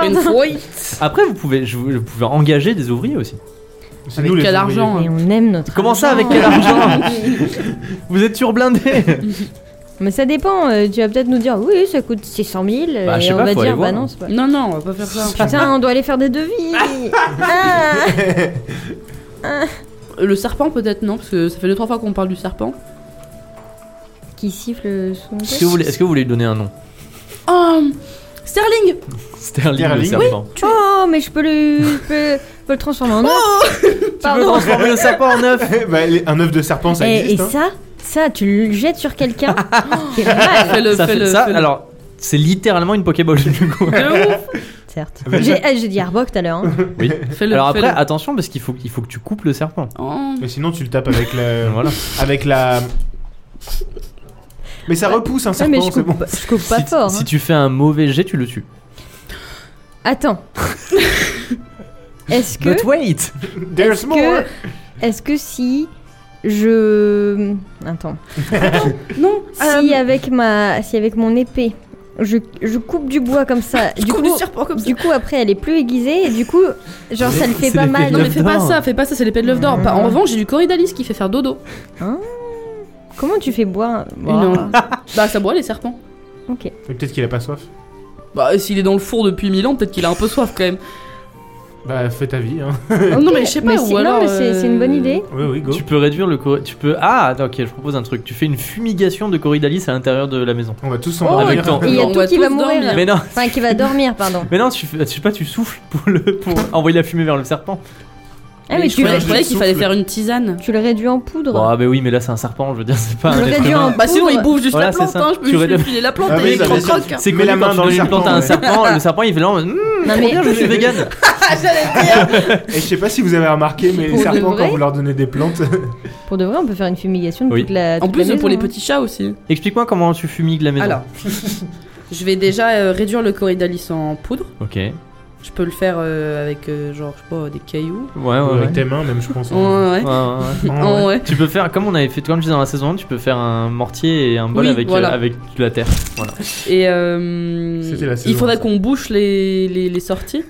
Une
pardon.
fuite
Après, vous pouvez, je, vous vous pouvez engager des ouvriers aussi.
C'est
Avec
nous les
quel
ouvriers.
argent
Et on aime notre.
Comment ça, avec quel argent Vous êtes surblindé
Mais ça dépend, euh, tu vas peut-être nous dire oui, ça coûte 600 000
Bah, je
et
sais
on
pas,
va
faut aller
dire
voir.
bah non, c'est pas.
Non, non, on va pas faire ça.
Putain, on doit aller faire des devis Ah
Le serpent, peut-être, non Parce que ça fait 2-3 fois qu'on parle du serpent.
Qui siffle son
Est-ce que, vous voulez- est-ce que vous voulez lui donner un nom
Oh Sterling
Sterling, le
Sterling.
serpent.
Oh, mais je peux le, je peux, je peux le transformer en œuf
Oh Tu peux
Pardon
transformer le serpent en œuf
Bah, les- un œuf de serpent, ça
Et, Eh, et
existe. hein.
ça, ça, tu le jettes sur quelqu'un C'est mal,
Fais-le,
Ça fait
fais-le.
ça.
fais-le.
Alors, c'est littéralement une Pokéball du coup.
De ouf
certes.
Vas-y.
J'ai ah, j'ai dit Arbok tout à l'heure. hein.
Oui.
Fais-le,
Alors après,
fais-le.
attention parce qu'il faut, il faut que tu coupes le serpent.
Oh.
Mais sinon, tu le tapes avec la.
Voilà.
Avec la. Mais ça repousse un
Ouais,
serpent,
mais je
c'est
coupe,
bon.
pas- je coupe pas
si,
fort.
si
hein.
tu fais un mauvais jet, tu le tues.
Attends. Est-ce que,
But wait
There's more.
que, est-ce que si je, attends,
Non
si
Euh,
avec ma, si avec mon épée, je, je coupe du bois comme ça,
Je
du
coupe
coup,
du serpent comme ça
du coup après elle est plus aiguisée et du coup, genre ça le fait
C'est
pas
l'effet
mal.
de
Non mais
l'œuf
fais pas
d'or.
ça, fais pas ça, c'est l'épée de l'œuf d'or. Pas- En revanche, j'ai du Corydalis qui fait faire dodo.
Comment tu fais boire
Non. Bah ça boit les serpents.
Ok.
Mais peut-être qu'il a pas soif.
Bah et s'il est dans le four depuis 1000 ans, peut-être qu'il a un peu soif quand même.
Bah, fais ta vie. Hein.
Ah, Non, non mais je sais pas,
Mais c'est-
ou
non,
alors...
mais c'est
euh,
c'est une bonne idée.
Oui, oui, go.
Tu peux réduire le cori- tu peux ah ok je propose un truc tu fais une fumigation de corydalis à l'intérieur de la maison.
On va tous
Oh,
en
avec ton-
Et il y a
On
tout
va
qui
tous
va mourir.
dormir.
Mais non
Enfin, qui va dormir, pardon.
mais non tu fais- tu sais pas tu souffles pour le pour envoyer la fumée vers le serpent.
Ah, mais
je
tu,
croyais-
fais-
je croyais
tu
qu'il fallait
souffles.
faire une tisane.
tu le réduis en poudre.
Bon, ah bah oui mais là c'est un serpent je veux dire c'est pas
Je
un
le
être
réduis
humain.
en-
Bah sinon il
Poudre.
bouffe juste
Voilà,
la
c'est
plante,
ça.
hein, je peux
Tu
juste lui
réduis-
filer la plante
Ah
et
oui,
il
ça va,
croque.
C'est
Mets
connu
la
quand
main
tu
dans
donnes
le
une plante à un
serpent,
serpent le serpent il fait là en mode, Mmh,
Non,
trop
mais-
bien, je suis vegan.
Et je sais pas si vous avez remarqué, mais les
Pour de
serpents,
vrai
quand vous leur donnez des plantes,
Pour de vrai, on peut faire une fumigation de
Oui.
toute la.
En
toute la
plus pour les
maison, hein.
petits chats aussi.
Explique-moi comment tu fumigues la maison.
hein. Alors, je vais déjà euh, réduire le corydalis en poudre.
Ok ouais
Je peux le faire euh, avec euh, genre je sais pas des cailloux.
ouais Ah ouais.
avec tes mains, même, je pense. hein. Ah
Ouais ouais.
Ouais, ouais, ouais.
Oh, ouais.
Tu peux faire comme on avait fait comme je disais dans la saison 1, tu peux faire un mortier et un bol
Oui,
avec euh,
voilà.
avec de la terre. Voilà.
Et euh,
C'était la
il
saison,
faudrait
ça.
qu'on bouche les, les, les sorties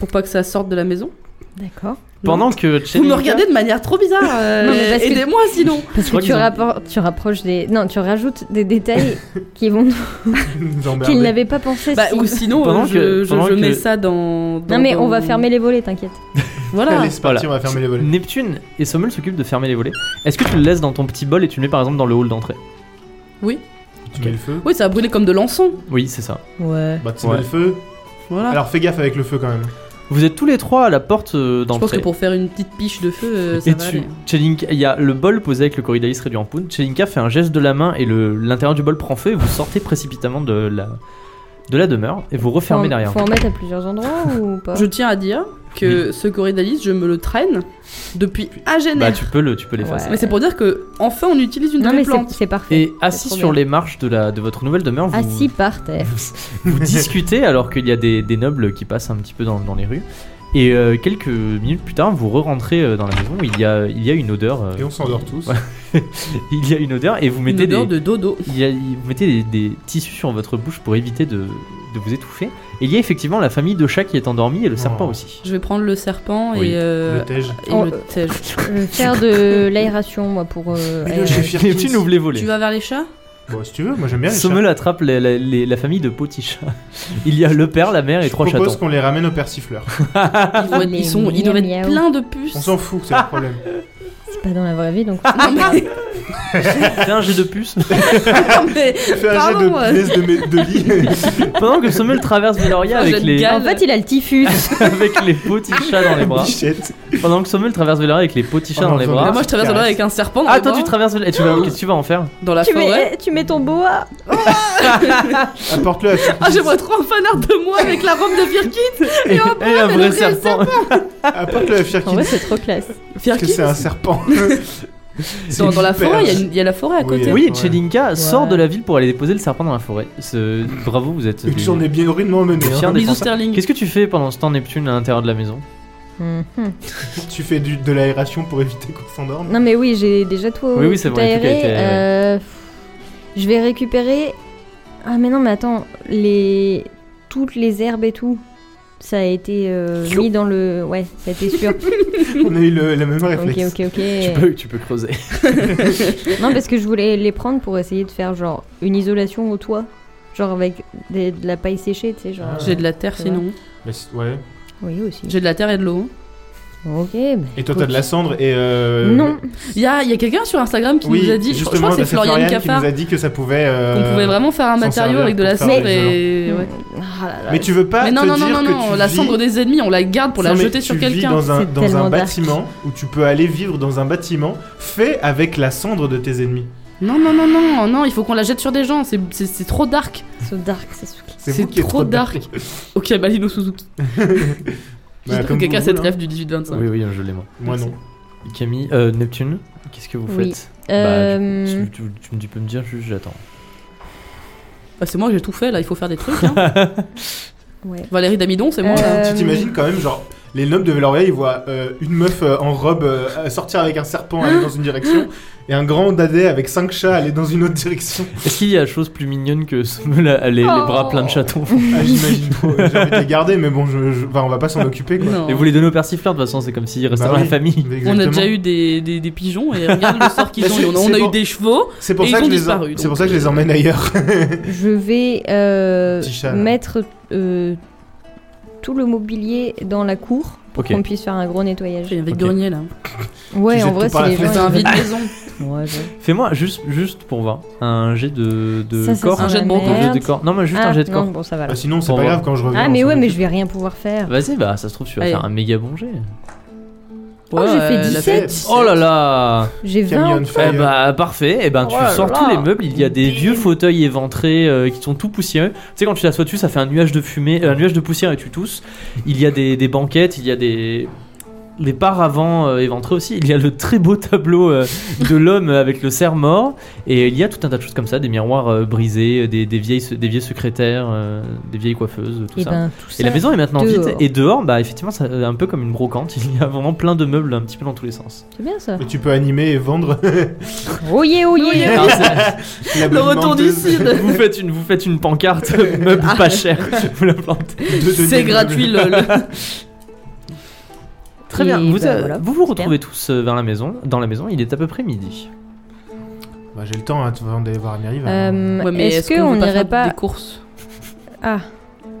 pour pas que ça sorte de la maison.
hein. D'accord.
Pendant que
Vous me
Chelinka-
regardez de manière trop bizarre. euh,
Non, mais parce que-
Aidez-moi sinon.
Parce
crois
que tu,
qu'ils ont-
rappor- tu rapproches des. Non, tu rajoutes des détails qui vont
Nous emmerder.
qu'ils n'avaient pas pensé.
Bah,
si-
ou sinon
Pendant
euh, je,
que-
je-
pendant
je mets
que-
ça dans, dans-
Non, mais on
dans-
va fermer les volets, t'inquiète.
Voilà.
Allez, c'est parti,
Voilà.
on va fermer les volets.
Neptune et Sommel s'occupent de fermer les volets. Est-ce que tu le laisses dans ton petit bol et tu le mets par exemple dans le hall d'entrée
Tu mets le feu
Oui, ça a brûlé comme de l'encens.
Oui, c'est ça.
Ouais.
Bah, tu
Ouais.
mets le feu.
Voilà.
Alors, fais gaffe avec le feu quand même.
Vous êtes tous les trois à la porte euh,
je pense que
d'entrée.
pour faire une petite piche de feu, euh, ça
Et
va
tu,
aller.
Chelinka- il y a le bol posé avec le corydallis réduit en poudre. Chelinka fait un geste de la main et le- l'intérieur du bol prend feu et vous sortez précipitamment de la, de la demeure et vous
Faut en,
refermez derrière.
faut en mettre à plusieurs endroits ou pas
Je tiens à dire que ce Corydalis, je me le traîne depuis Agener.
Bah, tu peux le, tu peux l'effacer.
Ouais.
Mais c'est pour dire que enfin on utilise une
Non,
de
mais
mes
c'est
plantes.
c'est parfait.
Et assis
trop
sur
bien.
les marches de, la, de votre nouvelle demeure, vous,
Assis par terre.
vous discutez alors qu'il y a des, des nobles qui passent un petit peu dans, dans les rues. Et euh, quelques minutes plus tard, vous re-rentrez euh, dans la maison. Il y a, il y a une odeur. euh,
Et on s'endort tous.
Ouais. il y a une odeur et vous
Une
mettez des,
odeur de dodo.
il y a- vous mettez des, des tissus sur votre bouche pour éviter de, de vous étouffer. Et il y a effectivement la famille de chat qui est endormie et le serpent
Oh.
aussi.
Je vais prendre le serpent
Oui,
et, euh,
Le tège.
et
Oh,
le
euh,
tège.
Je vais faire de l'aération, moi, pour. euh,
Mais
aérer.
le chef
Neptune ouvre les volets.
Tu vas vers les chats
Bon, si tu veux, moi j'aime bien les chats.
Sommel attrape la, la- les- la famille de Poticha. Il y a le père, la mère et
Je
trois
propose
chatons.
qu'on les ramène au persifleur.
Ils, vont être- ils sont, ils doivent être
Miaou.
pleins de puces.
On s'en fout,
Ah.
c'est le problème.
C'est pas dans la vraie vie, donc.
Non, mais-
Fais un jet de puce.
non, mais-
Fais un jet
Pardon,
de
euh,
pièces de, mé- de lit.
Pendant que Sommel traverse Veloria
Un
avec
jet de
les,
gaz.
En fait, il a le typhus.
avec les petits chats dans les bras.
Bichette.
Pendant que Sommel traverse Veloria avec les petits chats
Oh,
dans les
non,
bras.
Ah,
moi je traverse
caresse.
là avec un serpent dans,
Ah,
les
toi
bras,
tu traverses Veloria. Et tu vas, qu'est-ce que tu vas en faire
dans la
tu,
forêt.
mets, eh, tu mets ton boa.
Apporte-le à Fou-
Ah, j'aimerais trop un fanart de moi avec la robe de Firkin
Et,
et en
et un
mais
vrai
le vrai
serpent.
apporte-le à Firkin.
En vrai, c'est trop classe.
Parce que
Firkin
c'est un serpent. C'est
dans, dans la
une
forêt, il y a
perche.
une- il y, a la forêt à
Oui,
côté.
Oui,
Ouais.
Chelinka sort
Ouais.
de la ville pour aller déposer le serpent dans la forêt. Ce- Bravo, vous êtes.
Une
des-
journée bien rudement menée.
Des
hein.
chiens
Bisous
défenseurs.
Sterling.
Qu'est-ce que tu fais pendant ce temps Neptune à l'intérieur de la maison
Mhm.
Tu fais du- de l'aération pour éviter qu'on s'endorme.
Non, mais oui, j'ai déjà tout,
Oui, oui, c'est
tout
vrai, tout a
aéré.
été aéré.
Euh, pff, je vais récupérer. Ah, mais non, mais attends, les... toutes les herbes et tout, ça a été euh,
Pfiou.
mis dans le. Ouais, ça a été sûr. ok,
On a eu le, la même réflexe.
ok, ok.
tu peux, tu peux creuser.
Non, parce que je voulais les prendre pour essayer de faire genre une isolation au toit. Genre avec des- de la paille séchée, tu sais, genre.
Ah.
J'ai de la terre
Ouais.
sinon.
Mais c'est- ouais.
Oui, aussi.
J'ai de la terre et de l'eau.
Ok, bah,
Et toi, t'as de la cendre et. euh,
Non,
Il y a, il y a quelqu'un sur Instagram qui
Oui,
nous a dit, je, je
justement,
crois que c'est
bah,
Florian
qui nous
Cafard,
a dit que ça pouvait. euh,
on pouvait vraiment faire un
s'en
matériau
servir
avec de la
pour
cendre
faire
et. ouais.
Ah là là.
Mais tu veux pas
Mais non,
te
non, non,
dire
non,
que
non,
tu
la
vis-
cendre des ennemis, on la garde pour la
Non, mais
jeter sur
tu vis
quelqu'un.
dans un,
C'est
dans un
tellement dark.
bâtiment où tu peux aller vivre dans un bâtiment fait avec la cendre de tes ennemis.
Non, non, non, non, non, il faut qu'on la jette sur des gens, c'est- c'est c'est trop dark.
So dark, Sasuke.
C'est
vous qui êtes
trop dark. Ok, Malino Suzuki.
Bah,
J'ai
comme
trouvé quelqu'un
vous
cette
voulez,
rêve du 18-25.
Oui, oui, je l'ai moi.
hein. Moi non.
Camille, euh, Neptune, qu'est-ce que vous
Oui.
faites Bah,
Euh,
tu, tu- tu- tu peux me dire, juste j'attends.
Bah, c'est moi, j'ai tout fait là, il faut faire des trucs. hein.
ouais.
Valérie Damidon, c'est moi.
Euh,
Tu t'imagines quand même, genre, les nobles de Veloria, ils voient euh, une meuf euh, en robe euh, sortir avec un serpent aller dans une direction et un grand dadais avec cinq chats aller dans une autre direction.
Est-ce qu'il y a chose plus mignonne que Sommel a- a les, les bras pleins de
Oh.
chatons
Ah, J'imagine trop. J'ai envie de les garder, mais bon, je, je- enfin, on va pas s'en occuper quoi.
Non.
Et vous les donnez au persifleur, de toute façon, c'est comme s'il restait
Bah
dans la
oui,
famille.
mais
On a
exactement.
déjà eu des, des, des pigeons et regarde le sort qu'ils
Bah,
ont.
c'est-
On a- On
c'est
a eu
bon.
des chevaux.
C'est pour,
Et
ça
ils
que
ont
je les
disparu,
en- c'est
donc,
pour ça que je les emmène ailleurs.
Je vais euh,
Petit chat, là.
mettre euh, tout le mobilier dans la cour pour
Ok.
qu'on puisse faire un gros nettoyage.
J'ai avec
Ok.
grenier là.
Ouais,
jettes
en
tout
vrai,
par la
c'est les gens.
C'est un
ils-
vide maison.
Ouais, je-
Fais-moi, juste, juste pour voir, un jet de, de
Ça, ça
corps.
sent
Un jet de
la
bon-
Donc, un jet
merde.
de corps. Non, mais juste
Ah,
un jet de
non,
corps.
bon, ça va. là.
Bah, sinon, c'est
Bon,
pas
bon.
grave quand je reviens.
Ah,
on
mais
s'en
ouais, mais
occupe.
je vais rien pouvoir faire.
Vas-y, bah ça se trouve, tu vas
Allez.
faire un méga bon jet.
Oh, j'ai fait
elle a
17.
17.
Oh là là
J'ai
Camille
20.
on
Eh
fire.
bah parfait, eh ben tu
Oh là
sors
là.
tous les meubles, il y a des vieux fauteuils éventrés euh, qui sont tout poussiéreux. Tu sais quand tu t'assois dessus, ça fait un nuage de fumée, euh, un nuage de poussière et tu tousses. Il y a des, des banquettes, il y a des des paravents euh, éventrés aussi. Il y a le très beau tableau euh, de l'homme avec le cerf mort et il y a tout un tas de choses comme ça, des miroirs euh, brisés, des, des vieilles se- des vieilles secrétaires, euh, des vieilles coiffeuses, tout
Et
ça.
ben, tout ça.
Et la maison est maintenant vide
dehors.
et dehors, bah effectivement, c'est un peu comme une brocante. Il y a vraiment plein de meubles un petit peu dans tous les sens.
C'est bien ça.
Mais euh, tu peux animer et vendre
Oyez, oyez.
Alors, c'est-
la
Le retour du
menteuse
Cid.
vous faites une, vous faites une pancarte meuble pas cher, vous la plantez.
de Denis
C'est
Villeneuve.
gratuit le. le-
Très
Et
bien. Vous,
bah,
euh,
voilà.
vous vous retrouvez tous euh, vers la maison. Dans la maison, il est à peu près midi.
Bah, j'ai le temps hein, avant d'aller voir Neri.
Euh,
Ouais, mais
Est-ce qu'on
veut
n'irait
faire
pas.
des courses
Ah.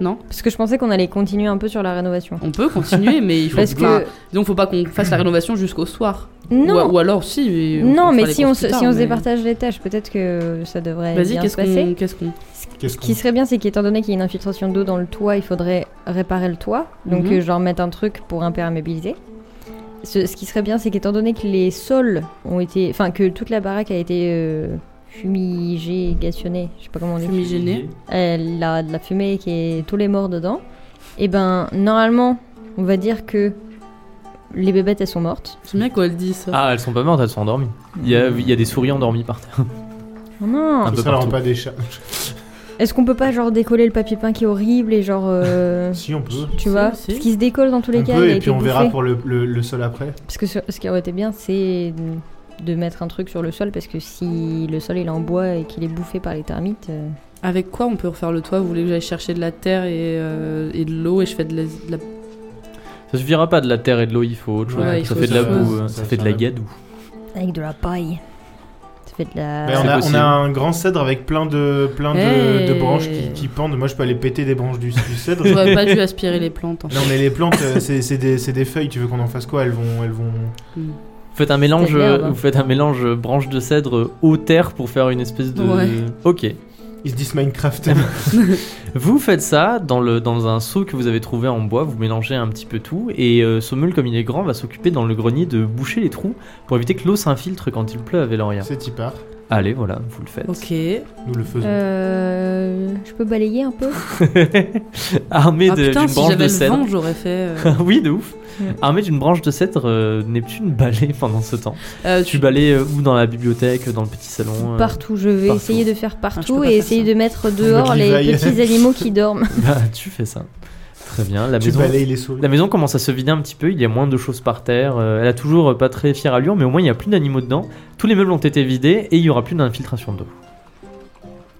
Non
Parce que je pensais qu'on allait continuer un peu sur la rénovation.
On peut continuer, mais il faut.
Parce
enfin,
que.
disons, faut pas qu'on fasse la rénovation jusqu'au soir.
Non!
Ou, ou alors si. mais on- on
Non, mais
fera les
si
courses
on,
plus
se,
tard,
si on se
mais-
départage les tâches, peut-être que ça devrait
Vas-y,
bien
qu'est-ce
se passer.
qu'on, qu'est-ce qu'on
Qu'est-ce
Ce qui
qu'on
serait bien, c'est qu'étant donné qu'il y a une infiltration d'eau dans le toit, il faudrait réparer le toit. Donc,
Mhm.
euh, genre mettre un truc pour imperméabiliser. Ce, ce qui serait bien, c'est qu'étant donné que les sols ont été. Enfin, que toute la baraque a été euh, fumigationnée, je sais pas comment on dit.
fumigéner
Elle a de la fumée qui est tous les morts dedans. Et ben, normalement, on va dire que les bébêtes, elles sont mortes.
J'aime bien quand elle dit ça.
Ah, elles sont pas mortes, elles sont endormies. Il y a, il y a des souris endormis par terre.
Oh non!
Un peu
Ce sera
partout.
pas des chats.
Est-ce qu'on peut pas genre décoller le papier peint qui est horrible et genre euh,
Si on peut.
tu
Si,
vois
si.
ce qui se décolle dans tous les
On
cas
peut,
il a
et
été
puis on verra
bouffé.
pour le, le, le sol après.
Parce que ce, ce qui aurait été bien c'est de mettre un truc sur le sol parce que si le sol il est en bois et qu'il est bouffé par les termites euh,
Avec quoi on peut refaire le toit Vous voulez que j'aille chercher de la terre et, euh, et de l'eau et je fais de la. de la-
Ça suffira pas de la terre et de l'eau, il faut autre chose.
Ouais, il
ça
faut
fait de la
autre chose.
boue, euh, ça,
Ça
fait de
fait
la
la
gadoue.
avec de la paille. Ça fait de
Ah.
la.
Mais Bah, on,
C'est
a, on
possible.
a un grand cèdre avec plein de, plein de,
Hey.
de branches qui, qui pendent. Moi, je peux aller péter des branches du, du cèdre.
J'aurais pas dû aspirer les plantes. hein. en fait.
non, mais les plantes, euh, c'est c'est des, c'est des feuilles. Tu veux qu'on en fasse quoi Elles vont. Elles vont...
Vous faites un mélange,
C'était merde, hein.
vous faites un mélange euh, branche de cèdre euh, eau terre pour faire une espèce de.
Ouais.
Ok.
Ils se disent Minecraft.
Vous faites ça dans, le, dans un seau que vous avez trouvé en bois, vous mélangez un petit peu tout, et euh, Sommel, comme il est grand, va s'occuper dans le grenier de boucher les trous pour éviter que l'eau s'infiltre quand il pleut à Véloria.
c'est Tipar.
Allez, voilà, vous le faites.
Ok.
Nous le faisons.
Euh, je peux balayer un peu
Armé
Ah
de- d'une
putain, si
branche de
j'avais le
cèdre.
vent, j'aurais fait. euh,
oui, de ouf.
Ouais.
Armé d'une branche de cèdre, euh, Neptune balaye pendant ce temps.
euh,
Tu balais euh, où dans la bibliothèque, dans le petit salon euh,
Partout, je vais
partout.
essayer de faire
Ah, peux
partout
pas
et
faire
essayer
ça.
de mettre dehors
Faut qu'il
les
vaille.
petits animaux qui dorment.
Bah, tu fais ça. Très bien. La
tu
maison.
balayes les souris.
La maison commence à se vider un petit peu, il y a moins de choses par terre, euh, elle a toujours euh, pas très fière allure, mais au moins il n'y a plus d'animaux dedans, tous les meubles ont été vidés et il y aura plus d'infiltration d'eau.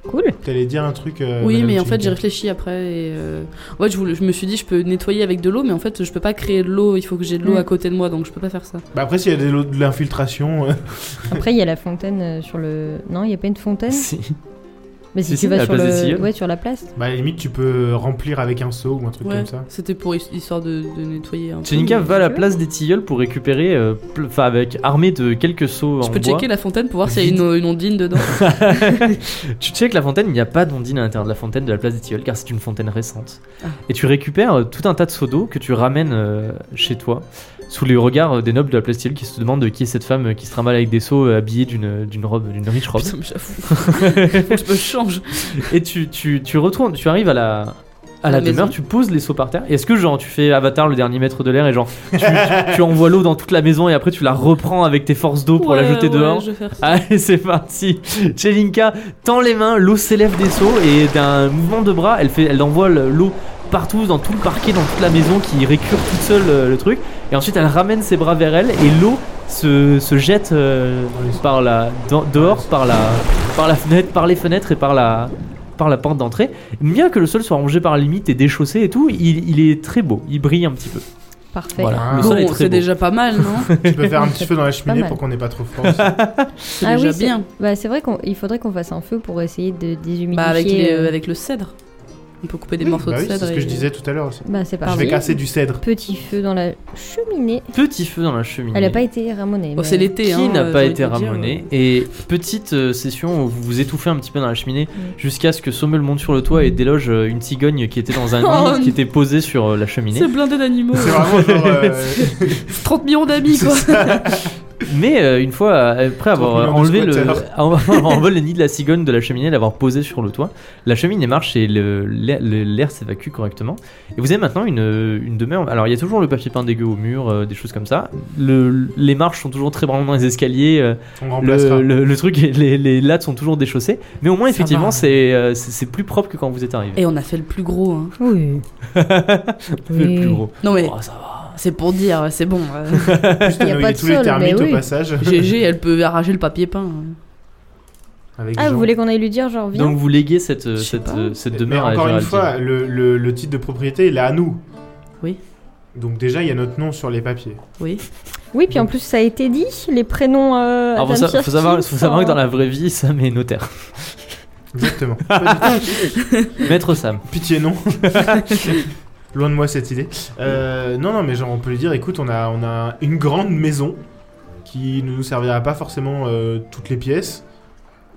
Cool.
T'allais dire un truc. euh,
Oui,
Madame
mais en fait,
Chimika.
j'ai réfléchi après. Et, euh, Ouais, je, voulais- je me suis dit, je peux nettoyer avec de l'eau, mais en fait, je peux pas créer de l'eau. Il faut que j'ai de l'eau
Mm.
à côté de moi, donc je peux pas faire ça.
Bah après, s'il y a de l'eau- de l'infiltration, euh,
Après, il y a la fontaine euh, sur le. Non, il n'y a pas une fontaine
Si.
Mais si,
Si,
tu
si,
vas
la
sur,
place des
le...
Tilleuls.
ouais, sur la place.
bah à la limite, tu peux remplir avec un seau ou un truc
Ouais,
comme ça.
c'était pour his- histoire de, de nettoyer un peu.
Tchelinka
mais
va à la
tu veux.
place des tilleuls pour récupérer, euh, ple- enfin avec armée de quelques seaux
Je
en
peux
bois.
checker la fontaine pour voir s'il y a une, une ondine dedans.
tu checkes la fontaine, il n'y a pas d'ondine à l'intérieur de la fontaine de la place des tilleuls car c'est une fontaine récente.
Ah.
Et tu récupères euh, tout un tas de seaux d'eau que tu ramènes euh, chez toi, sous les regards euh, des nobles de la place des tilleuls qui se demandent euh, qui est cette femme euh, qui se trimballe avec des seaux euh, habillée d'une d'une robe, d'une riche robe.
Putain, mais j'avoue. Faut que je me change.
Et tu, tu, tu retournes, tu arrives à la, à la,
La maison.
demeure, tu poses les seaux par terre. Et Est-ce que genre tu fais Avatar le dernier maître de l'air et genre tu, tu- tu envoies l'eau dans toute la maison et après tu la reprends avec tes forces d'eau pour la
Ouais,
jeter
ouais,
dehors Ah,
je vais faire ça.
Allez, c'est parti. Chelinka tend les mains, l'eau s'élève des seaux et d'un mouvement de bras, elle fait, elle envoie le- l'eau partout dans tout le parquet, dans toute la maison qui récure toute seule euh, le truc. Et ensuite, elle ramène ses bras vers elle et l'eau se, se jette euh, par la dans- dehors, par la par la fenêtre, par les fenêtres et par la par la porte d'entrée. Bien que le sol soit rongé par la limite et déchaussé et tout, il, il est très beau, il brille un petit peu.
Parfait.
Voilà.
Ah.
Le sol est
Bon,
très
c'est
beau.
déjà pas mal, non
tu peux faire un petit
C'est
feu dans la cheminée
mal.
pour qu'on n'ait pas trop froid. aussi.
C'est
Ah oui,
déjà
c'est-
bien.
Bah, c'est vrai qu'il faudrait qu'on fasse un feu pour essayer de déshumidifier.
Bah, avec, les-
euh,
avec le cèdre. On peut couper des
Oui,
morceaux
bah
de
oui,
cèdre.
c'est ce que
et-
je disais tout à l'heure aussi.
Bah, c'est
Je
parti.
vais casser du cèdre.
Petit feu dans la cheminée.
Petit feu dans la cheminée.
Elle n'a pas été ramonée.
Oh,
mais-
c'est l'été,
qui
hein,
n'a
euh,
pas
j'ai
été
envie de dire.
ramené. Et petite euh, session où vous vous étouffez un petit peu dans la cheminée
Mm.
jusqu'à ce que Sommel monte sur le toit et déloge euh, une cigogne qui était dans un
Oh,
nid qui était posée sur euh, la cheminée.
C'est blindé d'animaux.
C'est vraiment genre. euh,
30 millions d'amis, quoi.
Mais euh, une fois euh, après avoir euh,
30 millions
enlevé
de
le,
squatters.
avoir enlevé le nid de la cigogne de la cheminée, l'avoir posé sur le toit, la cheminée marche et le- l'air le- l'air s'évacue correctement. Et vous avez maintenant une, euh, une demeure. Alors il y a toujours le papier peint dégueu au mur, euh, des choses comme ça. Le- les marches sont toujours très branlantes dans les escaliers. euh,
On
le,
remplacera.
le, le truc, est- les, les lattes sont toujours déchaussées, mais au moins
Ça
effectivement
va.
c'est euh, c'est c'est plus propre que quand vous êtes arrivé.
Et on a fait le plus gros, hein.
Oui.
Le plus gros.
Non, mais
Oh, ça va.
c'est pour dire, c'est bon. euh,
Juste
y a
noyer
pas de
tous les
sol,
termites
mais
au
oui.
passage.
GG, elle peut arracher le papier peint. hein.
Avec
Ah,
Jean.
vous voulez qu'on aille lui dire, genre, viens
Donc vous léguez cette euh,
Je sais
cette,
pas.
euh, cette
Mais
demeure à
encore une
Géraldine.
fois, le, le- le titre de propriété, il est à nous.
Oui.
Donc déjà, il y a notre nom sur les papiers.
Oui.
Oui, puis en plus, ça a été dit, les prénoms. Euh,
Alors, faut,
Adam
sa- faut savoir,
Firkin
faut savoir que dans
sont-
la vraie vie, Sam est notaire.
Exactement.
Maître Sam.
Pitié, non. Loin de moi cette idée. Euh, non, non, mais genre, on peut lui dire, écoute, on a, on a une grande maison qui ne nous servira pas forcément euh, toutes les pièces,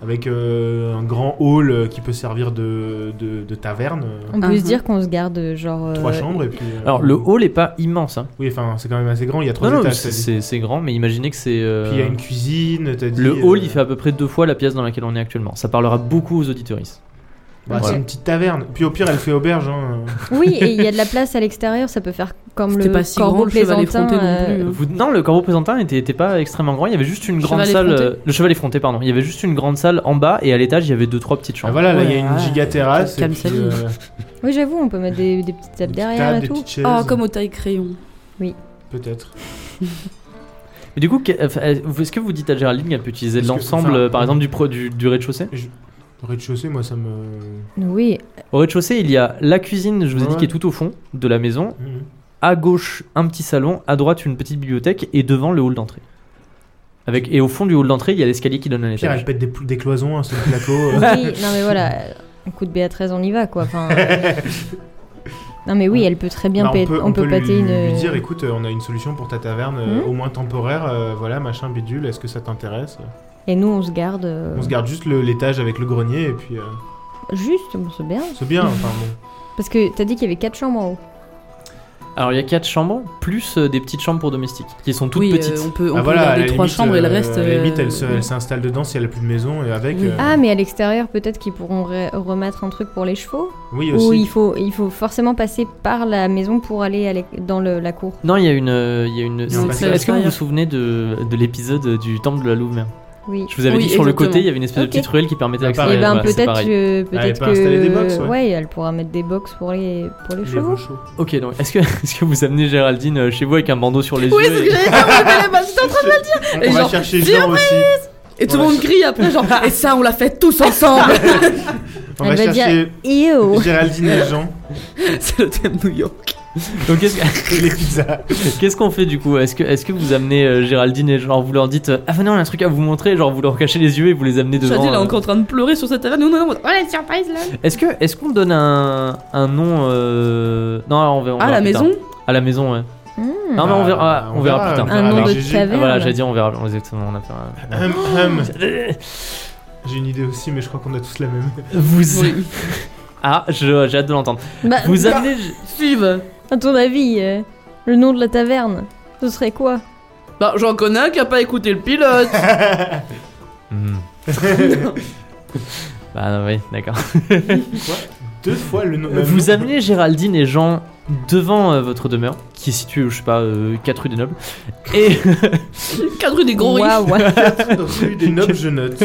avec euh, un grand hall euh, qui peut servir de, de- de taverne, euh,
On peut se
Mhm.
dire qu'on se garde, genre. euh,
trois chambres et puis. euh,
Alors le hall est pas immense. Hein.
Oui, enfin, c'est quand même assez grand. Il y a trois
Non, non,
étages.
c'est-
ça
c'est
dit.
c'est grand, mais imaginez que c'est. euh,
Puis il y a une cuisine. t'as dit,
Le
euh,
hall, il fait à peu près deux fois la pièce dans laquelle on est actuellement. Ça parlera beaucoup aux auditoristes.
bah,
Voilà.
C'est une petite taverne. Puis au pire, elle fait auberge. hein.
Oui, et il y a de la place à l'extérieur, ça peut faire comme
C'était
le
pas si
corbeau
grand, le chevalet
plaisantin. euh,
fronté non plus, hein.
Vous- non, le corbeau présentin était, était pas extrêmement grand. Il y avait juste une grande
Cheval
salle.
effronté.
euh, le cheval effronté, pardon. Il y avait juste une grande salle en bas et à l'étage, il y avait deux trois petites
Ah,
chambres.
voilà, là, il y a
Ouais,
une
ouais.
giga terrasse. et
Calme
puis,
sa vie.
euh,
Oui, j'avoue, on peut mettre des, des petites
des
tables
petites
derrière
tables,
et
des
tout.
petites chaises,
Oh, comme au taille crayon.
Peut-être.
Mais du coup, que- euh, est-ce que vous dites à Géraldine qu'elle peut utiliser
Est-ce que-
l'ensemble,
enfin,
euh, par exemple, du, pro- du, du rez-de-chaussée
Au rez-de-chaussée, moi, ça me.
Oui,
Au rez-de-chaussée, il y a la cuisine, je vous ai dit,
Ouais.
qui est tout au fond de la maison.
Mhm.
Mm-hmm.
À gauche, un petit salon, à droite, une petite bibliothèque, et devant, le hall d'entrée. Avec, et au fond du hall d'entrée, il y a l'escalier qui donne à
Pierre, elle
l'étage.
pète des, pl- des cloisons, un seul placo. euh.
Oui, non mais voilà, un coup de Béatrice, on y va quoi. Enfin, euh, non mais oui, elle peut très bien
Bah,
pé- on peut
lui-
pâter une.
lui dire écoute, euh, on a une solution pour ta taverne, euh,
Mhm.
au moins temporaire, euh, voilà, machin, bidule, est-ce que ça t'intéresse
Et nous, on se garde. euh,
On se garde juste le- l'étage avec le grenier et puis euh,
Juste, bon, c'est bien.
c'est bien. Enfin, bon.
Parce que t'as dit qu'il y avait quatre chambres en haut.
Alors il y a quatre chambres, plus euh, des petites chambres pour domestiques, qui sont toutes
oui, euh,
petites.
on peut, on
Ah,
peut
voilà, à
garder
la
trois
limite,
chambres et le
euh,
reste.
à la limite,
euh,
elle se-
oui.
elle s'installe dedans si elle a plus de maison et avec.
Oui.
euh,
Ah, mais à l'extérieur, peut-être qu'ils pourront re- remettre un truc pour les chevaux.
oui aussi.
Ou oh, il faut, il faut forcément passer par la maison pour aller à l'ec- dans le- la cour.
Non, il y a une. euh, il y a une...
y a un
Est-ce
passage
que vous vous
arrière.
souvenez de, de l'épisode du temple de la Louve-Mère
Oui.
Je vous avais
Oui,
dit sur le côté,
exactement. Eh
il y avait une espèce
Ok.
de petite ruelle qui permettait
Ah,
d'accéder.
pareil.
Et ben
Voilà, c'est
peut-être
pareil.
que
Elle
peut-être
peut
que
installer des box, ouais.
elle pourra mettre des box pour les pour les
Les
chevaux.
veaux chauds.
Ok, donc est-ce que, est-ce que vous amenez Géraldine euh, chez vous avec un bandeau sur les
Oui, c'est
yeux
ce
et-
que j'allais dire, on connaît pas, putain.
On,
Et
on va
genre,
chercher Jean aussi.
Et tout le
Ouais.
monde crie après, genre, et ça, on l'a fait tous ensemble
On
Elle
va
va dire-
chercher
Et oh
Géraldine et Jean
C'est le thème New York.
Donc qu'est-ce, que-
et les pizzas.
qu'est-ce qu'on fait du coup est-ce que, est-ce que vous amenez euh, Géraldine et genre vous leur dites euh, Ah venez, on a un truc à vous montrer, genre vous leur cachez les yeux et vous les amenez devant
Chadi, elle est
euh,
encore en train de pleurer sur cette taverne. Nous, non, non,
Voilà une surprise là.
Oh,
Est-ce, que, est-ce qu'on donne un, un nom euh, Non, on verra. on
Ah,
verra
la
plus tard.
maison
À la maison, ouais.
Hmm.
Non, mais on verra,
Bah,
Ah, on verra plus tard.
Un
On
nom
verra.
de
GG.
taverne.
Voilà, j'allais dire, on verra exactement. On a fait un-
Hum, hum.
Euh,
J'ai une idée aussi, mais je crois qu'on a tous la même.
Vous.
Oui.
Ah, je- j'ai hâte de l'entendre.
Bah,
Vous amenez.
Suivent.
à ton avis, euh, le nom de la taverne, ce serait quoi
Bah, j'en connais un qui a pas écouté le pilote.
Hmm. bah, non, oui, d'accord.
Deux fois le nom.
Euh, Vous amenez Géraldine et Jean devant euh, votre demeure, qui est située, je sais pas, euh, 4 rue des Nobles. Et.
Cadre des gros riches.
Waouh
rue des nobles, je note.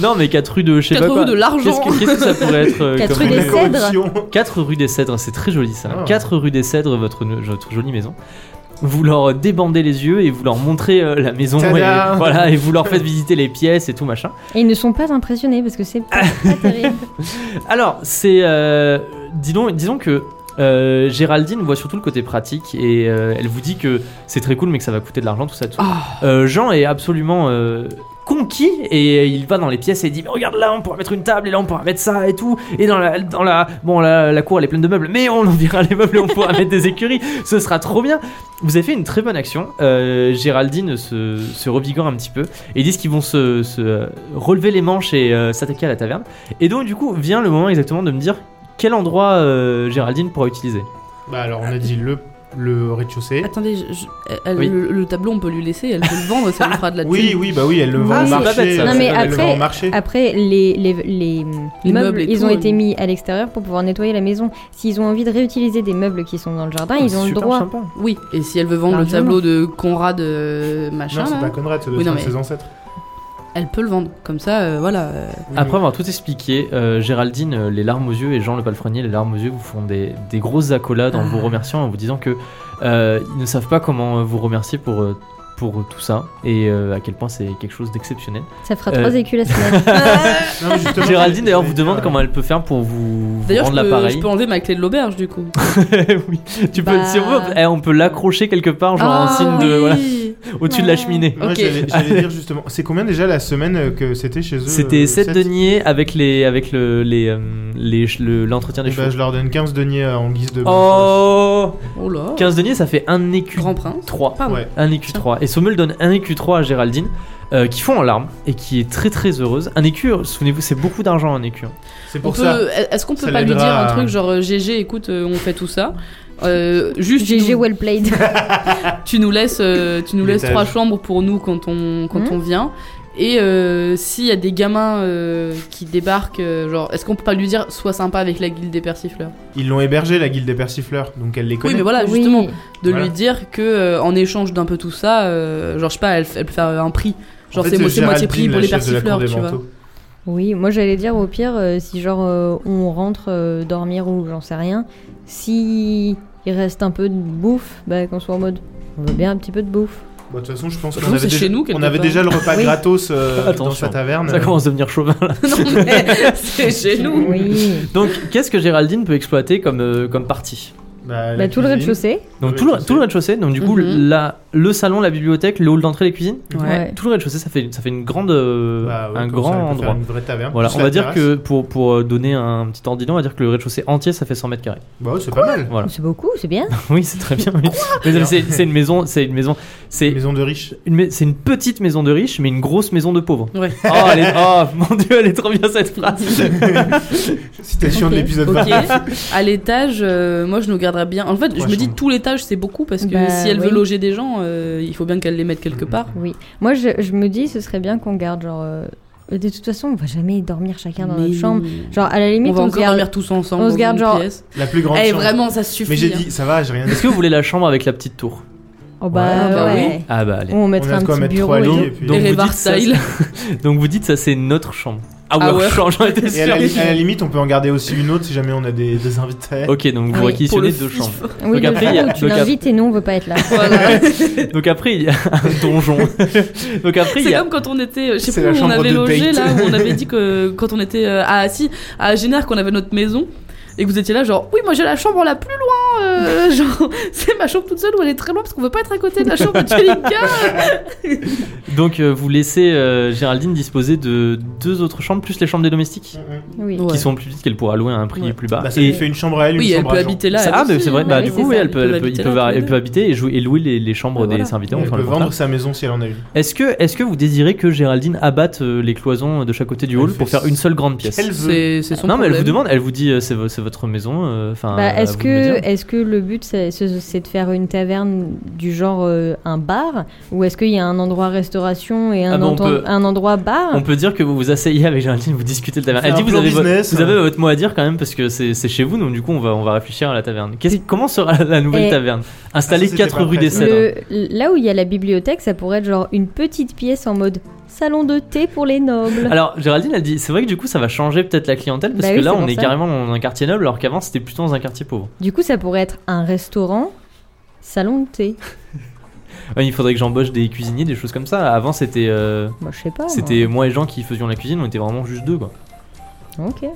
non, mais 4 rue de. Je sais pas
4 rue
quoi.
de
Qu'est-ce
l'argent.
que, qu'est-ce que ça pourrait être euh,
4
comme
rue
nom
des Cèdres.
4 rue des Cèdres, c'est très joli ça.
Ah.
4 rue des Cèdres, votre, votre jolie maison. Vous leur débandez les yeux et vous leur montrez euh, la maison et,
Tada
voilà, et vous leur faites visiter les pièces et tout machin.
Et ils ne sont pas impressionnés parce que c'est pas, pas terrible.
Alors, c'est. euh, disons, disons que euh, Géraldine voit surtout le côté pratique et euh, elle vous dit que c'est très cool mais que ça va coûter de l'argent, tout ça. Tout. ça.
Ah.
Euh, Jean est absolument. euh, conquis et il va dans les pièces et il dit mais regarde là on pourra mettre une table et là on pourra mettre ça et tout et dans la dans la bon la, la cour elle est pleine de meubles mais on enverra les meubles et on pourra mettre des écuries ce sera trop bien vous avez fait une très bonne action Euh, Géraldine se, se revigore un petit peu et disent qu'ils vont se, se, euh, relever les manches et euh, s'attaquer à la taverne et donc du coup vient le moment exactement de me dire quel endroit euh, Géraldine pourra utiliser
Bah alors on a dit le, le rez-de-chaussée.
Attendez, je- je- elle-
Oui.
le, le tableau, on peut lui laisser, elle peut le vendre, ça lui fera de la
Oui,
thune.
oui, bah oui, elle le vend
Ah,
au
c'est pas
marché.
bête, ça.
elle
Non,
mais
le
après-
vend au marché.
Après, les, les, les,
Les
meubles,
meubles et
ils
tout,
ont été
euh,
mis à l'extérieur pour pouvoir nettoyer la maison. S'ils ont envie de réutiliser des meubles qui sont dans le
Ah,
jardin, ils ont le
Super
droit.
sympa.
Oui, et si elle veut vendre le
Largement.
tableau de Conrad euh, machin,
Non, c'est
là,
pas Conrad, ça doit
Oui,
être
non,
un de
mais-
ses ancêtres.
elle peut le vendre. Comme ça, euh, voilà. euh,
Après avoir tout expliqué, euh, Géraldine, euh, les larmes aux yeux, et Jean le palefrenier, les larmes aux yeux, vous font des, des grosses accolades en
Ah.
vous remerciant, en vous disant que euh, ils ne savent pas comment euh, vous remercier pour, euh, pour tout ça, et euh, à quel point c'est quelque chose d'exceptionnel.
Ça fera
Euh.
trois écus la semaine.
Ah,
Non, mais justement,
Géraldine, d'ailleurs, vous
j'allais dire,
demande
euh,
comment elle peut faire pour vous, vous
D'ailleurs, je
rendre
peux, je
l'appareil.
peux enlever ma clé de l'auberge, du coup.
oui, tu peux, si on, veut,
Bah.
eh, on peut l'accrocher quelque part, genre en
Ah,
signe de.
oui.
voilà, au-dessus de la
Ouais.
cheminée.
Moi,
Ok.
j'allais- j'allais dire justement, c'est combien déjà la semaine euh, que c'était chez eux euh,
C'était 7
deniers.
deniers avec les avec le les euh, les che- le- l'entretien des
Eh ben,
chevaux.
je leur donne 15 deniers euh, en guise de.
Oh
Oh là.
15 deniers, ça fait un écu
Grand prince.
3.
Pardon.
Ouais.
Un écu
Tiens.
3. Et Sommel donne un écu 3 à Géraldine, euh, qui fond en larmes et qui est très très heureuse. Un écu, euh, souvenez-vous, c'est beaucoup d'argent un écu. hein.
C'est
On
pour ça.
peut- Est-ce qu'on peut
ça
pas lui
l'aidera
dire un
à-
truc genre euh, GG, écoute, euh, on fait tout ça euh, Juste, tu
GG
nous,
well played.
tu nous laisses, euh, tu nous laisses
L'étage.
trois chambres pour nous quand on, quand
Mhm.
on vient. Et euh, s'il y a des gamins euh, qui débarquent, euh, genre, est-ce qu'on peut pas lui dire sois sympa avec la guilde des persifleurs
Ils l'ont hébergé, la guilde des persifleurs, donc elle les
Oui,
connaît.
mais voilà,
Oui.
justement, de
Voilà.
lui dire que euh, en échange d'un peu tout ça, euh, genre, je sais pas, elle, f- elle peut faire un prix.
En
Genre,
fait,
c'est mo- c'est moitié
Géraldine,
prix pour
la
les
chef de la cour
persifleurs,
des
tu vois.
manteaux.
Oui, moi j'allais dire au pire, euh, si genre euh, on rentre euh, dormir ou j'en sais rien, si il reste un peu de bouffe, bah qu'on soit en mode on veut bien un petit peu de bouffe.
Bah, De toute façon, je pense
De
qu'on
toute
avait,
façon, c'est
déjà,
chez nous, quelque
on avait
part.
déjà le repas
Oui.
gratos euh, dans
Attention.
sa taverne.
Ça commence à devenir chauvin là.
non, mais c'est chez nous.
Oui.
Donc, qu'est-ce que Géraldine peut exploiter comme, euh, comme partie
Bah, la
bah, tout le
cuisine.
rez-de-chaussée.
Donc,
Le
tout le,
rez-de-chaussée.
tout le rez-de-chaussée. Donc, du coup,
Mhm.
la le salon, la bibliothèque, le hall d'entrée, les cuisines.
Ouais.
Tout le rez-de-chaussée, ça fait, ça fait une grande, euh,
Bah ouais,
un
comme
grand
ça, on peut faire
endroit.
Une vraie taverne.
Voilà,
plus
on
la
va dire
terrasse.
que pour, pour euh, donner un petit ordinateur, on va dire que le rez-de-chaussée entier, ça fait 100 mètres carrés.
Bah ouais, c'est pas mal.
Voilà.
C'est beaucoup, c'est bien.
Oui, c'est très bien. oui. Mais non, mais c'est c'est une maison, c'est une maison, c'est
Maison de riche.
une, mais- c'est une petite maison de riche, mais une grosse maison de pauvre.
Ouais.
Oh, elle est- oh, mon dieu, elle est trop bien cette phrase.
Citation de
Ok,
l'épisode
Ok.
20.
à l'étage, euh, moi je nous garderais bien. En fait, je me dis
Franchement.
tout l'étage c'est beaucoup parce que
Bah,
si elle
oui.
veut loger des gens, euh, il faut bien qu'elle les mette
Mmh.
quelque part.
Oui. Moi, je, je me dis, ce serait bien qu'on garde, genre. euh, De toute façon, on va jamais dormir chacun dans
Mais
notre chambre.
non.
Genre, à la
on
limite,
va
on, se
encore
garde.
dormir tous ensemble.
on se
dans
garde
une
genre-
pièce.
La plus grande
Eh
chambre.
vraiment, ça suffit.
Mais j'ai
hein.
dit, ça va, j'ai rien dit.
Est-ce que vous voulez la chambre avec la petite tour
Oh bah,
Ouais, bah
ouais.
Ah bah allez.
Ou on
On
mettrait
a
un
de quoi
petit
mettre
bureau.
trois
et-
lits
donc-
et puis.
donc-
Et
vous dites
Reva
ça,
Style.
Donc vous dites ça c'est notre chambre. Ah ouais,
Ah ouais.
chambre, j'en étais
Et à la,
sûr.
à la limite, on peut en garder aussi une autre si jamais on a des, des invités.
Ok, donc vous
Ah
Oui,
Pour le
réquisitionnez deux
fif.
chambres.
Oui,
Donc
le
après, il y a-
jour où tu
donc
l'invites et nous, on veut pas être là.
Voilà.
Donc après il y a un donjon. donc après il
C'est
y a
comme quand on était, euh, je sais
C'est
pas
la
où on
chambre
avait
de
logé
date.
là, où on avait dit que quand on était euh, à assis à Génère qu'on avait notre maison et que vous étiez là genre oui moi j'ai la chambre la plus loin, euh, genre c'est ma chambre toute seule où elle est très loin parce qu'on veut pas être à côté de la chambre de Jelinka.
donc euh, vous laissez euh, Géraldine disposer de deux autres chambres plus les chambres des domestiques
Oui.
Ouais.
qui sont plus petites qu'elle pourra louer à un prix
Ouais.
plus bas.
Mm, Bah, ça lui fait une chambre à elle,
Oui
une
elle
chambre
peut
à Jean.
habiter là.
Ça-
elle
ah, mais
aussi,
c'est vrai,
hein,
bah,
oui,
du
c'est
coup,
ça,
oui, elle
ils
peut,
peuvent
elle peut, ils
habiter
peuvent-
là, tous les
elle peut
deux.
habiter et, jouer, et louer les, les chambres
Voilà.
des serviteurs.
Elle
enfin,
peut
le contraire.
vendre sa maison si elle en a une.
Est-ce que, est-ce que vous désirez que Géraldine abatte euh, les cloisons de chaque côté du
Elle
hall
fait
pour faire
ce
une seule grande pièce
Elle veut.
C'est c'est son
Non, mais elle
problème.
vous demande, elle vous dit euh, c'est, vo- c'est votre maison. euh, Enfin,
Bah,
euh,
est-ce
vous me
que,
dire.
est que le but c'est c'est- c'est de faire une taverne du genre euh, un bar ou est-ce qu'il y a un endroit restauration et un,
Ah bah, on
enten-
peut-
un endroit bar
On peut dire que vous vous asseyez avec Géraldine, vous discutez de taverne.
Faire
Elle dit
un
vous
plan
avez, vo-
business,
vous
hein.
avez votre mot à dire quand même parce que c'est, c'est chez vous, donc du coup on va, on va réfléchir à la taverne. Qu'est-ce- comment sera la nouvelle
Et-
taverne Installée
Ah, ça, c'était
4
pas
rue
prêt,
des
ça.
Cèdres.
Eh. Le- Là où il y a la bibliothèque, ça pourrait être genre une petite pièce en mode salon de thé pour les nobles.
Alors Géraldine elle dit c'est vrai que du coup ça va changer peut-être la clientèle parce
Bah
que
oui,
là
c'est
on
pour
est
ça.
carrément dans un quartier noble alors qu'avant c'était plutôt dans un quartier pauvre.
Du coup, ça pourrait être un restaurant salon de thé.
Ouais, il faudrait que j'embauche des cuisiniers, des choses comme ça. Avant c'était euh,
Moi, Bah, je sais pas. moi.
c'était moi et Jean qui faisions la cuisine, on était vraiment juste deux quoi.
Ok.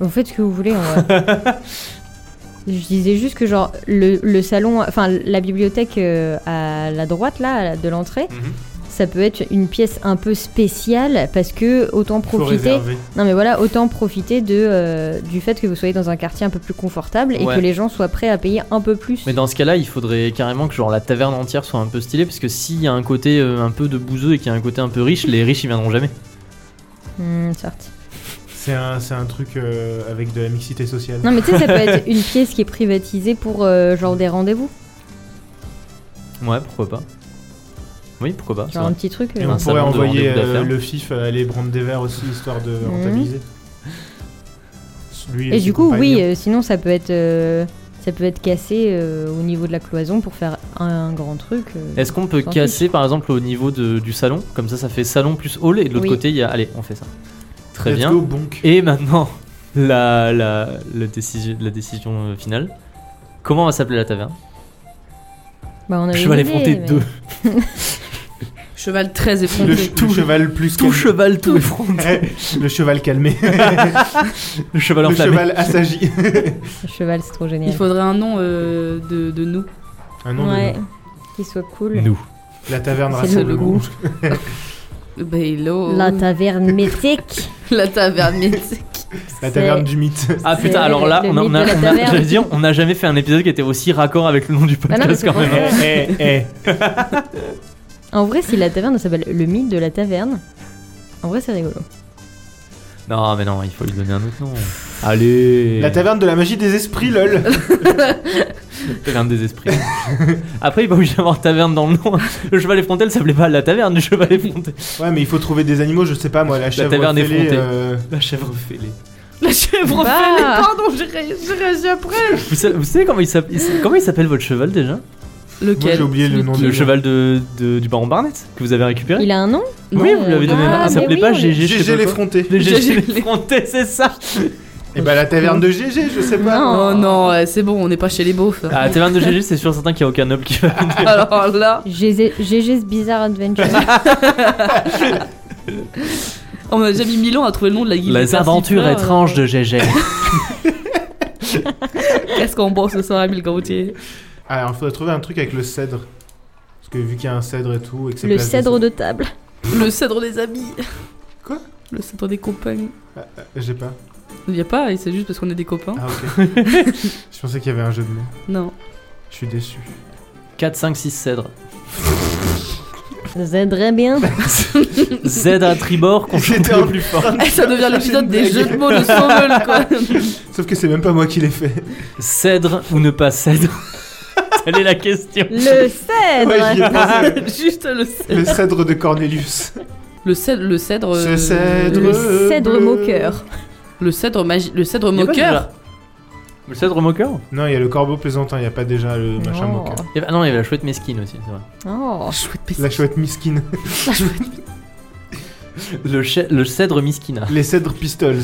Vous faites ce que vous voulez en vrai. Je disais juste que genre le, le salon, enfin la bibliothèque euh, à la droite là à la- de l'entrée,
Mhm.
ça peut être une pièce un peu spéciale parce que autant
Mm-hmm. Faut
profiter.
réserver.
Non mais voilà, autant profiter de euh, du fait que vous soyez dans un quartier un peu plus confortable et
Ouais.
que les gens soient prêts à payer un peu plus.
Mais dans ce cas-là, il faudrait carrément que genre la taverne entière soit un peu stylée, parce que s'il y a un côté euh, un peu de bouseux et qu'il y a un côté un peu riche, les riches ils viendront jamais.
Hmm, certes.
C'est un, c'est un truc euh, avec de la mixité sociale.
Non mais tu sais, ça peut être une pièce qui est privatisée pour euh, genre des rendez-vous,
Ouais, pourquoi pas. Oui, pourquoi pas. c'est
genre un
vrai.
petit truc.
Et
euh,
Un
on pourrait
salon de
envoyer
rendez-vous
euh,
d'affaires.
le FIF aller prendre des verres aussi, histoire de rentabiliser. Lui
Mhm. Et
ses
du coup, oui,
compagnons.
euh, sinon ça peut être euh, ça peut être cassé euh, au niveau de la cloison pour faire un, un grand truc. euh.
Est-ce qu'on peut
Sans
casser par exemple au niveau de- du salon Comme ça, ça fait salon plus hall et de l'autre
Oui.
côté, il y a. Allez, on fait ça. Très
Let's
bien.
go, bonk.
Et maintenant, la, la, la décision, la décision euh, finale. Comment va s'appeler la taverne
Bah, on avait
Cheval
une idée,
effronté
mais-
2.
Cheval très
Le,
effronté.
ch- tout cheval plus
Tout
calme.
cheval, tout effronté.
Eh, le cheval calmé.
Le cheval
le
enflammé.
cheval assagi.
Le cheval, c'est trop génial.
Il faudrait un nom euh, de, de nous.
Un nom de
ouais,
nom.
qu'il soit cool.
Nous.
La taverne
C'est
le
rassemblement.
goût. Bélo.
La taverne mythique.
Ben, La taverne mythique.
La
C'est-
taverne du mythe.
Ah
C'est
putain, alors là,
le
on a, on a,
mythe
on
de la
a-
taverne. Ah
j'allais dire, on n'a jamais fait un épisode qui était aussi raccord avec le nom du
non,
podcast
mais
quand
c'est
même. hein.
vrai.
Eh, eh, eh.
En vrai, si la taverne s'appelle le mythe de la taverne, en vrai, c'est rigolo.
Non, mais non, il faut lui donner un autre nom. Allez
La taverne de la magie des esprits, lol.
Taverne des esprits. Après, il va obligé d'avoir taverne dans le nom. Le cheval effronté, elle s'appelait pas la taverne du cheval effronté.
Ouais, mais il faut trouver des animaux, je sais pas moi, la chèvre
taverne
fêlée,
effrontée.
euh,
La chèvre fêlée.
La chèvre
Bah.
fêlée. Pardon, j'ai ré- j'ai réagi après.
Vous savez, vous savez comment, il s'appelle, il s- comment il s'appelle votre cheval déjà
Lequel
j'ai oublié le nom
Le
Oui.
cheval de, de- du baron Barnett que vous avez récupéré
Il a un nom
Oui, vous l'avez donné.
Ah,
un nom.
mais
il s'appelait
oui,
pas
on est-
GG. je sais
GG
pas quoi.
l'effronté.
Le GG
GG.
l'effronté, c'est ça
Et bah la taverne de GG, je sais pas.
Non.
Oh non, ouais, c'est bon, on n'est pas chez les beaufs.
Ah, la taverne de GG, c'est sûr certain qu'il n'y a aucun noble qui va
Ah,
Alors là,
GG- GG's Bizarre Adventure.
on a déjà mis mille ans à trouver le nom de la guilde.
Les aventures étranges de GG.
Qu'est-ce qu'on bosse ce soir, Emile Gautier
Ah, Alors, il faudrait trouver un truc avec le cèdre. Parce que vu qu'il y a un cèdre et tout. Et que c'est
Le
place
cèdre de table.
Le cèdre des amis.
Quoi
Le cèdre des compagnes.
Euh, J'ai pas.
Il n'y a pas, et c'est juste parce qu'on est des copains.
Ah, ok. je pensais qu'il y avait un jeu de mots.
Non.
Je suis déçu.
4, 5, 6 cèdres.
Ça aiderait bien.
Z à tribord, qu'on
J'étais
le
en-
plus fort.
Eh, Ça devient l'épisode des jeux de mots de Sommel, quoi.
Sauf que c'est même pas moi qui l'ai fait.
Cèdre ou ne pas cèdre Telle est la question.
Le cèdre
Ouais, j'y ai pensé.
Juste le
Le
cèdre.
cèdre de Cornelius.
Le cèdre. Le cèdre.
Ce
euh,
cèdre.
Le cèdre moqueur.
Le cèdre, magi- le cèdre
Il y a pas
moqueur.
déjà- Le cèdre moqueur
Non, il y a le corbeau plaisantin, il n'y a pas déjà le machin
Oh.
moqueur.
Il y avait- Ah non, il y avait la chouette mesquine aussi, c'est vrai.
Oh.
Chouette
La chouette miskine.
Le, chè- le cèdre miskina.
Les cèdres pistols.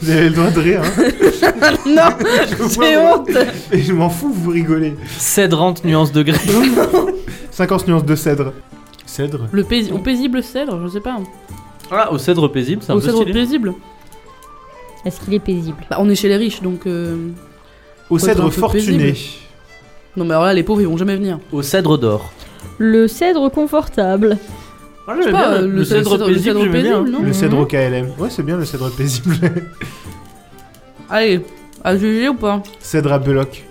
Vous avez le droit de rire, hein
Non,
Je vous
c'est
vois,
honte.
Et je m'en fous, vous rigolez.
Cèdrante nuance de gris.
50 nuances de cèdre. Cèdre
Le pais- au paisible cèdre, je sais pas.
Ah, au cèdre paisible, c'est un
Au
peu
cèdre
stylé.
paisible.
Est-ce qu'il est paisible
Bah, on est chez les riches, donc. euh,
Au
Faut être un
cèdre
peu
fortuné.
Non, mais alors là, les pauvres, ils vont jamais venir.
Au cèdre d'or.
Le cèdre confortable.
Ah,
Je sais pas, euh, le cèdre- le cèdre
j'aimais bien.
paisible, non
Le cèdre au KLM. Ouais, c'est bien le cèdre paisible.
Allez, à juger ou pas
cèdre à Beloc.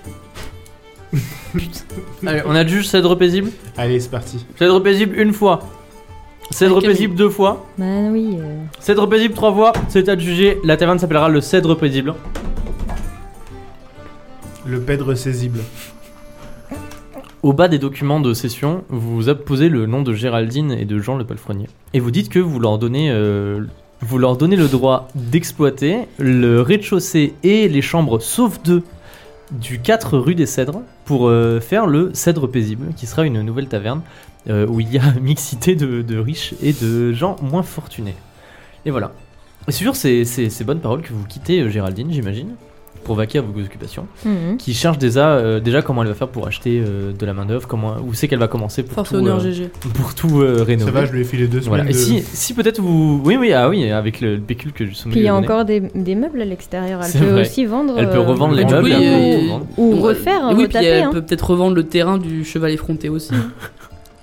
Allez, on adjuge cèdre paisible.
Allez, c'est parti.
Cèdre paisible une fois. Cèdre
Avec Camille.
paisible deux fois.
Bah oui. euh,
Cèdre paisible trois fois. C'est adjugé. La taverne s'appellera le cèdre paisible.
Le pèdre saisible.
Au bas des documents de session, vous apposez le nom de Géraldine et de Jean le palefrenier. Et vous dites que vous leur donnez, euh, vous leur donnez le droit d'exploiter le rez-de-chaussée et les chambres, sauf deux, du 4 rue des Cèdres, pour euh, faire le Cèdre Paisible, qui sera une nouvelle taverne euh, où il y a mixité de, de riches et de gens moins fortunés. Et voilà. Et c'est sur ces, ces- ces bonnes paroles que vous quittez euh, Géraldine, j'imagine, pour vaquer à vos occupations
mhm.
qui cherche déjà, euh, déjà comment elle va faire pour acheter euh, de la main d'œuvre, comment, où c'est qu'elle va commencer pour
Force
tout,
honneur,
euh,
GG.
pour tout euh,
Ça
rénover.
va, je lui ai filé deux semaines
Voilà. Et
de-
si, si peut-être vous, oui oui ah oui avec le, le pécule que je
Puis il y a encore des, des meubles à l'extérieur. Elle
C'est
peut
vrai.
aussi vendre.
Elle peut
euh,
revendre les
du coup,
meubles.
il
et
y
après,
a-
vous revendre.
Ou
Donc,
refaire,
euh, Oui, puis
retaper.
elle
hein.
peut peut-être revendre le terrain du cheval effronté aussi.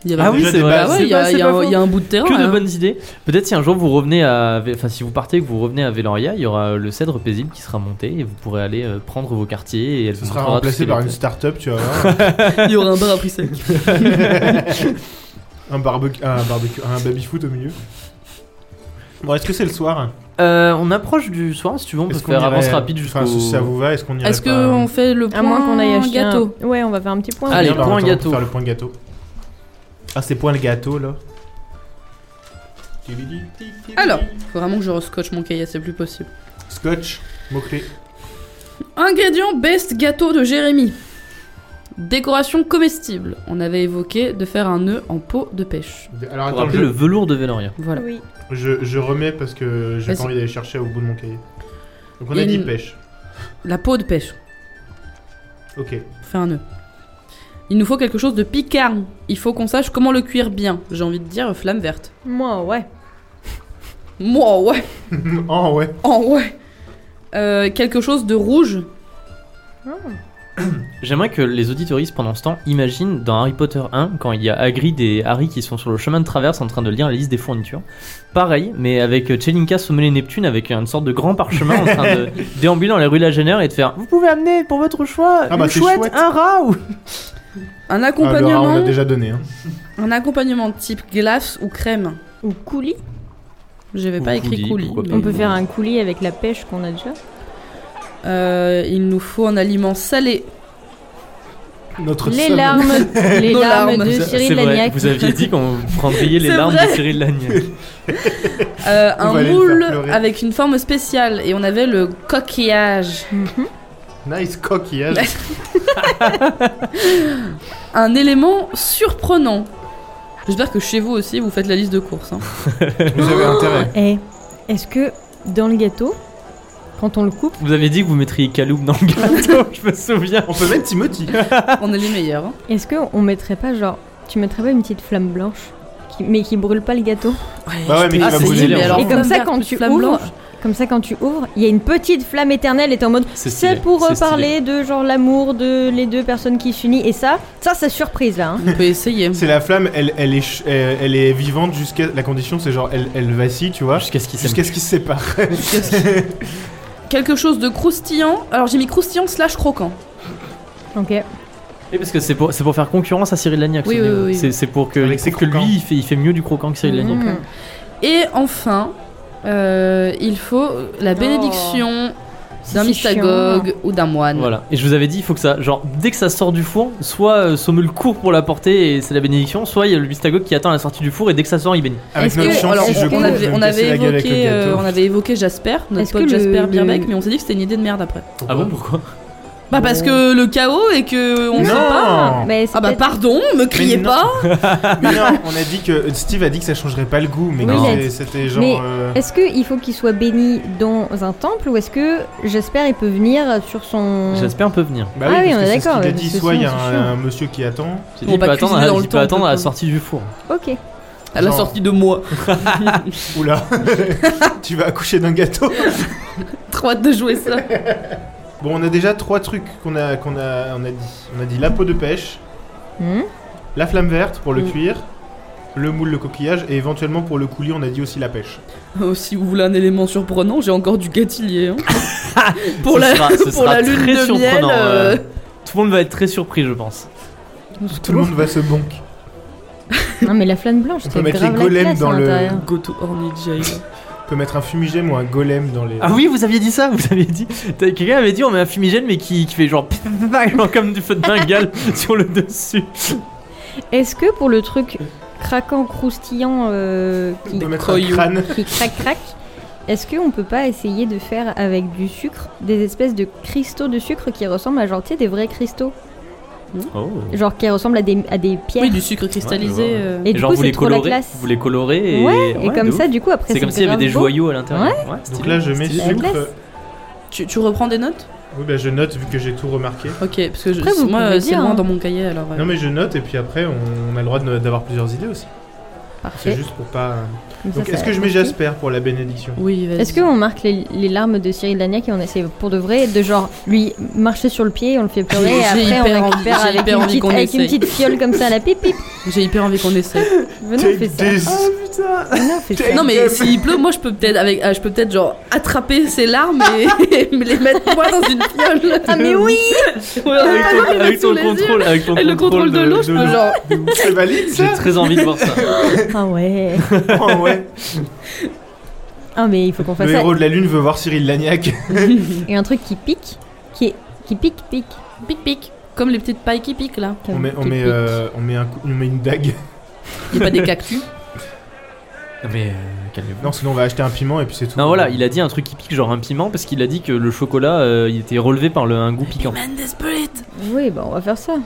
Il y avait
Ah
un-
oui
déjà
c'est
des
vrai.
bases.
Bah ouais,
C'est
il y, a-
pas-
il y
c'est
a
pas
un-
faux.
il y a un bout de terrain.
que de
hein.
bonnes idées. Peut-être si un jour vous revenez à, enfin si vous partez et que vous revenez à Véloria, il y aura euh, le cèdre paisible qui sera monté et vous pourrez aller euh, prendre vos quartiers et elle
Ce
vous
sera
montrera tout ce qu'elle
remplacé par
a
une
fait.
start-up, tu vas voir.
Il y aura un bar à prix sec.
un barbecue, un barbecue, un baby-foot au milieu. Bon, est-ce que c'est le soir
Euh, on approche du soir si tu veux on peut
Est-ce qu'on
faire avance
irait- euh,
rapide
Enfin,
jusqu'au.
si ça vous va, est-ce qu'on irait
Est-ce
pas-
qu'on fait le point
À moins qu'on aille acheter un-
gâteau
Ouais, on va faire un petit point.
Allez,
Bien, bah,
point
attends, on peut
gâteau.
Faire le point gâteau. Ah, c'est point le gâteau là.
Alors. Faut vraiment que je rescotche mon cahier, c'est plus possible.
Scotch, mot-clé.
Ingrédients best gâteau de Jérémy. Décoration comestible. On avait évoqué de faire un nœud en peau de pêche.
Pour
Alors attends,
rappeler
je,
le velours de Véloria.
Voilà.
Oui.
je, je remets parce que j'ai pas
Vas-y.
envie d'aller chercher au bout de mon cahier. Donc on
Il y
a
a
dit
une-
pêche.
La peau de pêche.
Ok.
On fait un nœud. Il nous faut quelque chose de picard. Il faut qu'on sache comment le cuire bien. J'ai envie de dire euh, flamme verte.
Moi, ouais.
Moi, ouais.
oh ouais.
Oh ouais Euh, Quelque chose de rouge
J'aimerais que les auditoristes pendant ce temps imaginent dans Harry Potter 1 quand il y a Hagrid et Harry qui sont sur le chemin de traverse en train de lire la liste des fournitures. Pareil, mais avec euh, Chelinka, Sommel et Neptune avec une sorte de grand parchemin en train de déambuler dans les rues de la Génère et de faire Vous pouvez amener pour votre choix
Ah
une
bah, c'est
chouette,
chouette.
un rat ou.
Un
Ah, le rat, on
accompagnement
l'a déjà donné. Hein.
Un accompagnement type glace ou crème
Ou coulis.
J'avais
Ou
pas écrit
coulis,
coulis.
pourquoi
mais
pas.
On peut
bon.
faire un coulis avec la pêche qu'on a déjà.
Euh, il nous faut un aliment salé.
Notre
Les
seul-
larmes, les
Nos
larmes
larmes.
de
C'est- c'est
Cyril
vrai,
Lagnac.
Vous aviez dit qu'on prendriez les
C'est
larmes
vrai.
de Cyril Lagnac.
Euh,
On va
un
aller le
moule
faire pleurer.
avec une forme spéciale. Et on avait le coquillage.
Mhm.
Nice coquillage.
Un élément surprenant. J'espère que chez vous aussi, vous faites la liste de courses. hein.
Vous avez intérêt.
Eh, est-ce que dans le gâteau, quand on le coupe,
Vous aviez dit que vous mettriez Kaloub dans le gâteau, je me souviens.
On peut mettre Timothy.
on est les meilleurs. hein.
est-ce que on mettrait pas genre, tu mettrais pas une petite flamme blanche, qui- mais qui brûle pas le gâteau
Bah ouais, mais
Ah,
il va
c'est
brûler.
stylé,
les
alors.
gens.
Et comme ça, quand tu ouvres, Comme ça, quand tu ouvres, il y a une petite flamme éternelle et t'es en mode.
C'est stylé,
C'est pour
c'est
euh,
stylé.
parler de genre l'amour de les deux personnes qui s'unissent et ça, ça c'est surprise là. hein.
On peut essayer.
C'est la flamme, elle, elle, est, ch- elle, elle est vivante jusqu'à. La condition, c'est genre, elle, elle vacille, tu vois,
Jusqu'à ce qu'il s'aime.
jusqu'à ce qu'ils se séparent.
Quelque chose de croustillant. Alors j'ai mis croustillant slash croquant.
Ok.
Oui, parce que c'est pour, c'est pour faire concurrence à Cyril Lagnac.
Oui,
ce
oui,
niveau.
oui. Mhm.
C'est, c'est pour que,
Avec
il
ses
trouve que
croquants.
lui, il fait, il fait mieux du croquant que Cyril Lagnac.
Mmh.
Et enfin, euh, il faut la bénédiction d'un
Oh. c'est
mystagogue ou d'un moine.
Voilà. Et je vous avais dit, il faut que ça, genre, dès que ça sort du four, soit euh, Sommel court pour la porter et c'est la bénédiction, soit il y a le bistago qui attend la sortie du four et dès que ça sort, il bénit.
Avec
Est-ce
notre
que-
chance,
alors,
si je
on,
coupe,
on
je
avait,
vais
on
me casser
avait
la gueule avec le
évoqué, euh,
gâteau.
on avait évoqué Jasper, notre
Est-ce
pote
que le-
Jasper
le-
Birbeck, mais on s'est dit que c'était une idée de merde après.
Ah bon, pourquoi
Bah parce que le chaos et que on sait
Non.
pas.
Mais c'est
Ah bah
peut-être-
pardon, me criez
non.
pas.
Mais non, on a dit que Steve a dit que ça changerait pas le goût, mais
Oui,
non,
il a
c'est-
dit-
c'était genre.
mais
euh,
Est-ce qu'il faut qu'il soit béni dans un temple ou est-ce que j'espère il peut venir sur
Mhm.
son.
J'espère un peu venir.
Bah
Ah oui,
parce
on
que
est
c'est ce
d'accord,
qu'il a
parce
dit,
que
soit il y a
sinon, c'est
un,
chiant.
un monsieur qui attend.
J'ai dit,
On
il
va
peut
cuisiner
attendre, à-
dans
il
le
peut
temps,
attendre à la
plutôt.
sortie du four.
Ok.
À la
Genre.
sortie de moi.
Oula, tu vas accoucher d'un gâteau.
Trop hâte de jouer ça.
Bon, on a déjà trois trucs qu'on a, qu'on a, on a dit. On a dit la peau de pêche,
Hmm.
la flamme verte pour le
Mm.
cuir, le moule, le coquillage, et éventuellement pour le coulis, on a dit aussi la pêche.
Oh, si vous voulez un élément surprenant, j'ai encore du gâtillier. hein.
Ah.
pour
Ce
la,
sera- ce
pour
sera
la lune
très
de miel.
surprenant,
euh,
euh, Tout le monde va être très surpris, je pense.
Tout le monde va se bonk.
Non mais la flamme blanche,
On
c'est
peut mettre
grave
les golems
la classe
dans
à
le-
l'intérieur.
Go to Horny Jail.
On peut mettre un fumigène ou un golem dans les.
Ah oui, vous aviez dit ça Vous aviez dit. T'as- Quelqu'un avait dit on met un fumigène, mais qui, qui fait genre, genre comme du feu de Bengale sur le dessus.
Est-ce que pour le truc craquant croustillant euh,
On
qui,
peut mettre un
Croyou.
crâne.
qui craque craque, est-ce qu'on peut pas essayer de faire avec du sucre des espèces de cristaux de sucre qui ressemblent à genre tu sais, des vrais cristaux,
Oh.
genre qui ressemblent à des à des pierres.
Oui, du sucre cristallisé.
Ouais, je vois.
euh.
Et du
genre,
coup,
vous,
c'est
les
trop la
colorez,
classe.
vous les colorez et.
Ouais, et
ouais,
comme
de
ça,
ouf.
du coup, après,
C'est comme s'il y avait des
grave beau.
joyaux à l'intérieur. Ouais,
Donc
stylé,
là, je mets
stylé.
Stylé.
sucre.
Tu, tu reprends des notes
Oui, bah je note vu que j'ai tout remarqué.
Ok, parce que je-
Après, vous
moi,
pouvez
euh, c'est
dire,
loin
hein.
dans mon cahier alors. euh,
Non, mais je note, et puis après, on on a le droit de- d'avoir plusieurs idées aussi. C'est
Parfait.
juste pour pas.
Comme ça,
Donc,
ça-
est-ce que je mets
ça-
Jasper pour la bénédiction
Oui, vas-y.
Est-ce qu'on marque les, les larmes de Cyril Dagnac et on essaie pour de vrai de genre lui marcher sur le pied, on le fait pleurer et
J'ai
après
hyper
on
envie-
récupère
j'ai
avec,
hyper
une
envie
petite,
qu'on
avec une
essaye.
petite fiole comme ça à la pipe pipe.
J'ai hyper envie qu'on essaie.
Venons, on fait ça. Oh,
this.
Venons, on fait ça.
Take-
non, mais
Gueule.
s'il pleut, moi je peux peut-être avec, ah, je peux peut-être genre attraper ses larmes et, et me les mettre moi dans une fiole.
Ah, mais oui!
Avec
Ouais, ah, non,
ton,
mais
avec
sous
ton
les yeux.
contrôle, avec ton
Et le contrôle de l'eau, je peux genre.
C'est valide
J'ai
ça
très envie de voir ça.
Ah ouais!
Oh, ouais.
Ah, mais il faut qu'on fasse
Le
ça.
héros de la lune veut voir Cyril Lagnac.
Et un truc qui pique, qui est. qui pique, pique.
Pic pic. Comme les petites pailles qui piquent là.
On met, on met, euh, on met, un coup- on met une dague.
Il a pas des cactus. euh,
Mais calmez-vous.
Non, sinon on va acheter un piment et puis c'est tout.
Non, voilà, il a dit un truc qui pique, genre un piment, parce qu'il a dit que le chocolat euh, il était relevé par le, un goût
Ah
piquant.
Man desperate.
Oui, bah on va faire ça.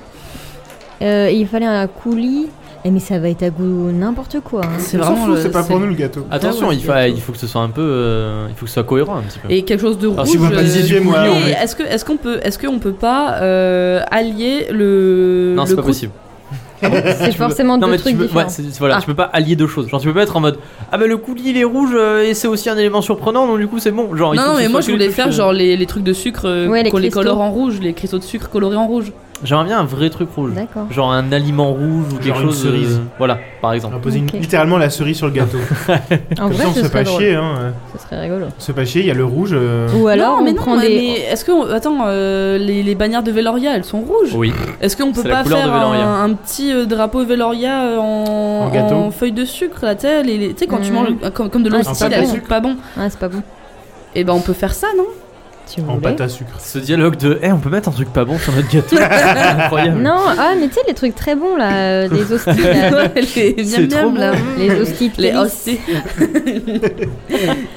Euh, il fallait un coulis. Eh, mais ça va être à goût n'importe quoi. hein.
C'est
On s'en
vraiment
fout,
le-
C'est pas
c'est-
pour nous le gâteau.
Attention,
Ah ouais,
il, fa- il faut que ce soit un peu. euh, il faut que ce soit cohérent un petit peu.
Et quelque chose de rouge.
Alors, si vous
me
euh,
disiez, moi,
mais
on met-
Est-ce que est-ce qu'on peut est-ce qu'on peut pas euh, allier le
non,
le
c'est pas
croûte-
possible.
C'est forcément
Non,
deux
mais
trucs
tu peux,
différents.
ouais, c'est- c'est- voilà,
Ah.
tu peux pas allier deux choses. Genre, tu peux pas être en mode Ah, bah le coulis il est rouge euh, et c'est aussi un élément surprenant, donc du coup c'est bon. Genre, il
Non,
faut
non,
que
mais
ce
moi
soit
je voulais
quelque
faire
chose-
genre les, les trucs de sucre euh,
Ouais, les
qu'on les
cristaux.
colore en rouge, les cristaux de sucre colorés en rouge.
J'aimerais bien un vrai truc rouge.
D'accord.
Genre un aliment rouge ou
Genre
quelque
une
chose. euh,
cerise.
voilà, par
On
exemple.
va poser une-
Ok.
littéralement la cerise sur le gâteau.
En
Comme
vrai,
ça, on se
ce
fait pas
serait drôle.
chier. Hein.
Ce serait rigolo.
On se fait pas chier, il y a le rouge. euh,
Ou alors,
non, mais
on
non,
prend
mais
des.
est-ce que on- attends euh, les, les bannières de Veloria, elles sont rouges.
Oui.
Est-ce qu'on peut
C'est la
pas
couleur
faire
de Veloria.
un, un petit euh, drapeau Veloria euh, en,
En gâteau.
feuille de sucre là, tu sais, les- les- tu sais, quand tu
Mhm.
manges euh, comme, comme de
Ah,
l'hostie,
c'est pas
elles
bon.
sont pas bon.
Ah, c'est pas bon.
Et ben on peut faire ça, non
Si vous
En
voulez.
pâte à sucre.
Ce dialogue de Eh, on peut mettre un truc pas bon sur notre gâteau. Incroyable.
Non, ah, mais tu sais, les trucs très bons là, euh, les hosties là.
Ouais, les
C'est
miam miam,
trop bon.
là.
les hosties.
Les
Phyllis.
hosties.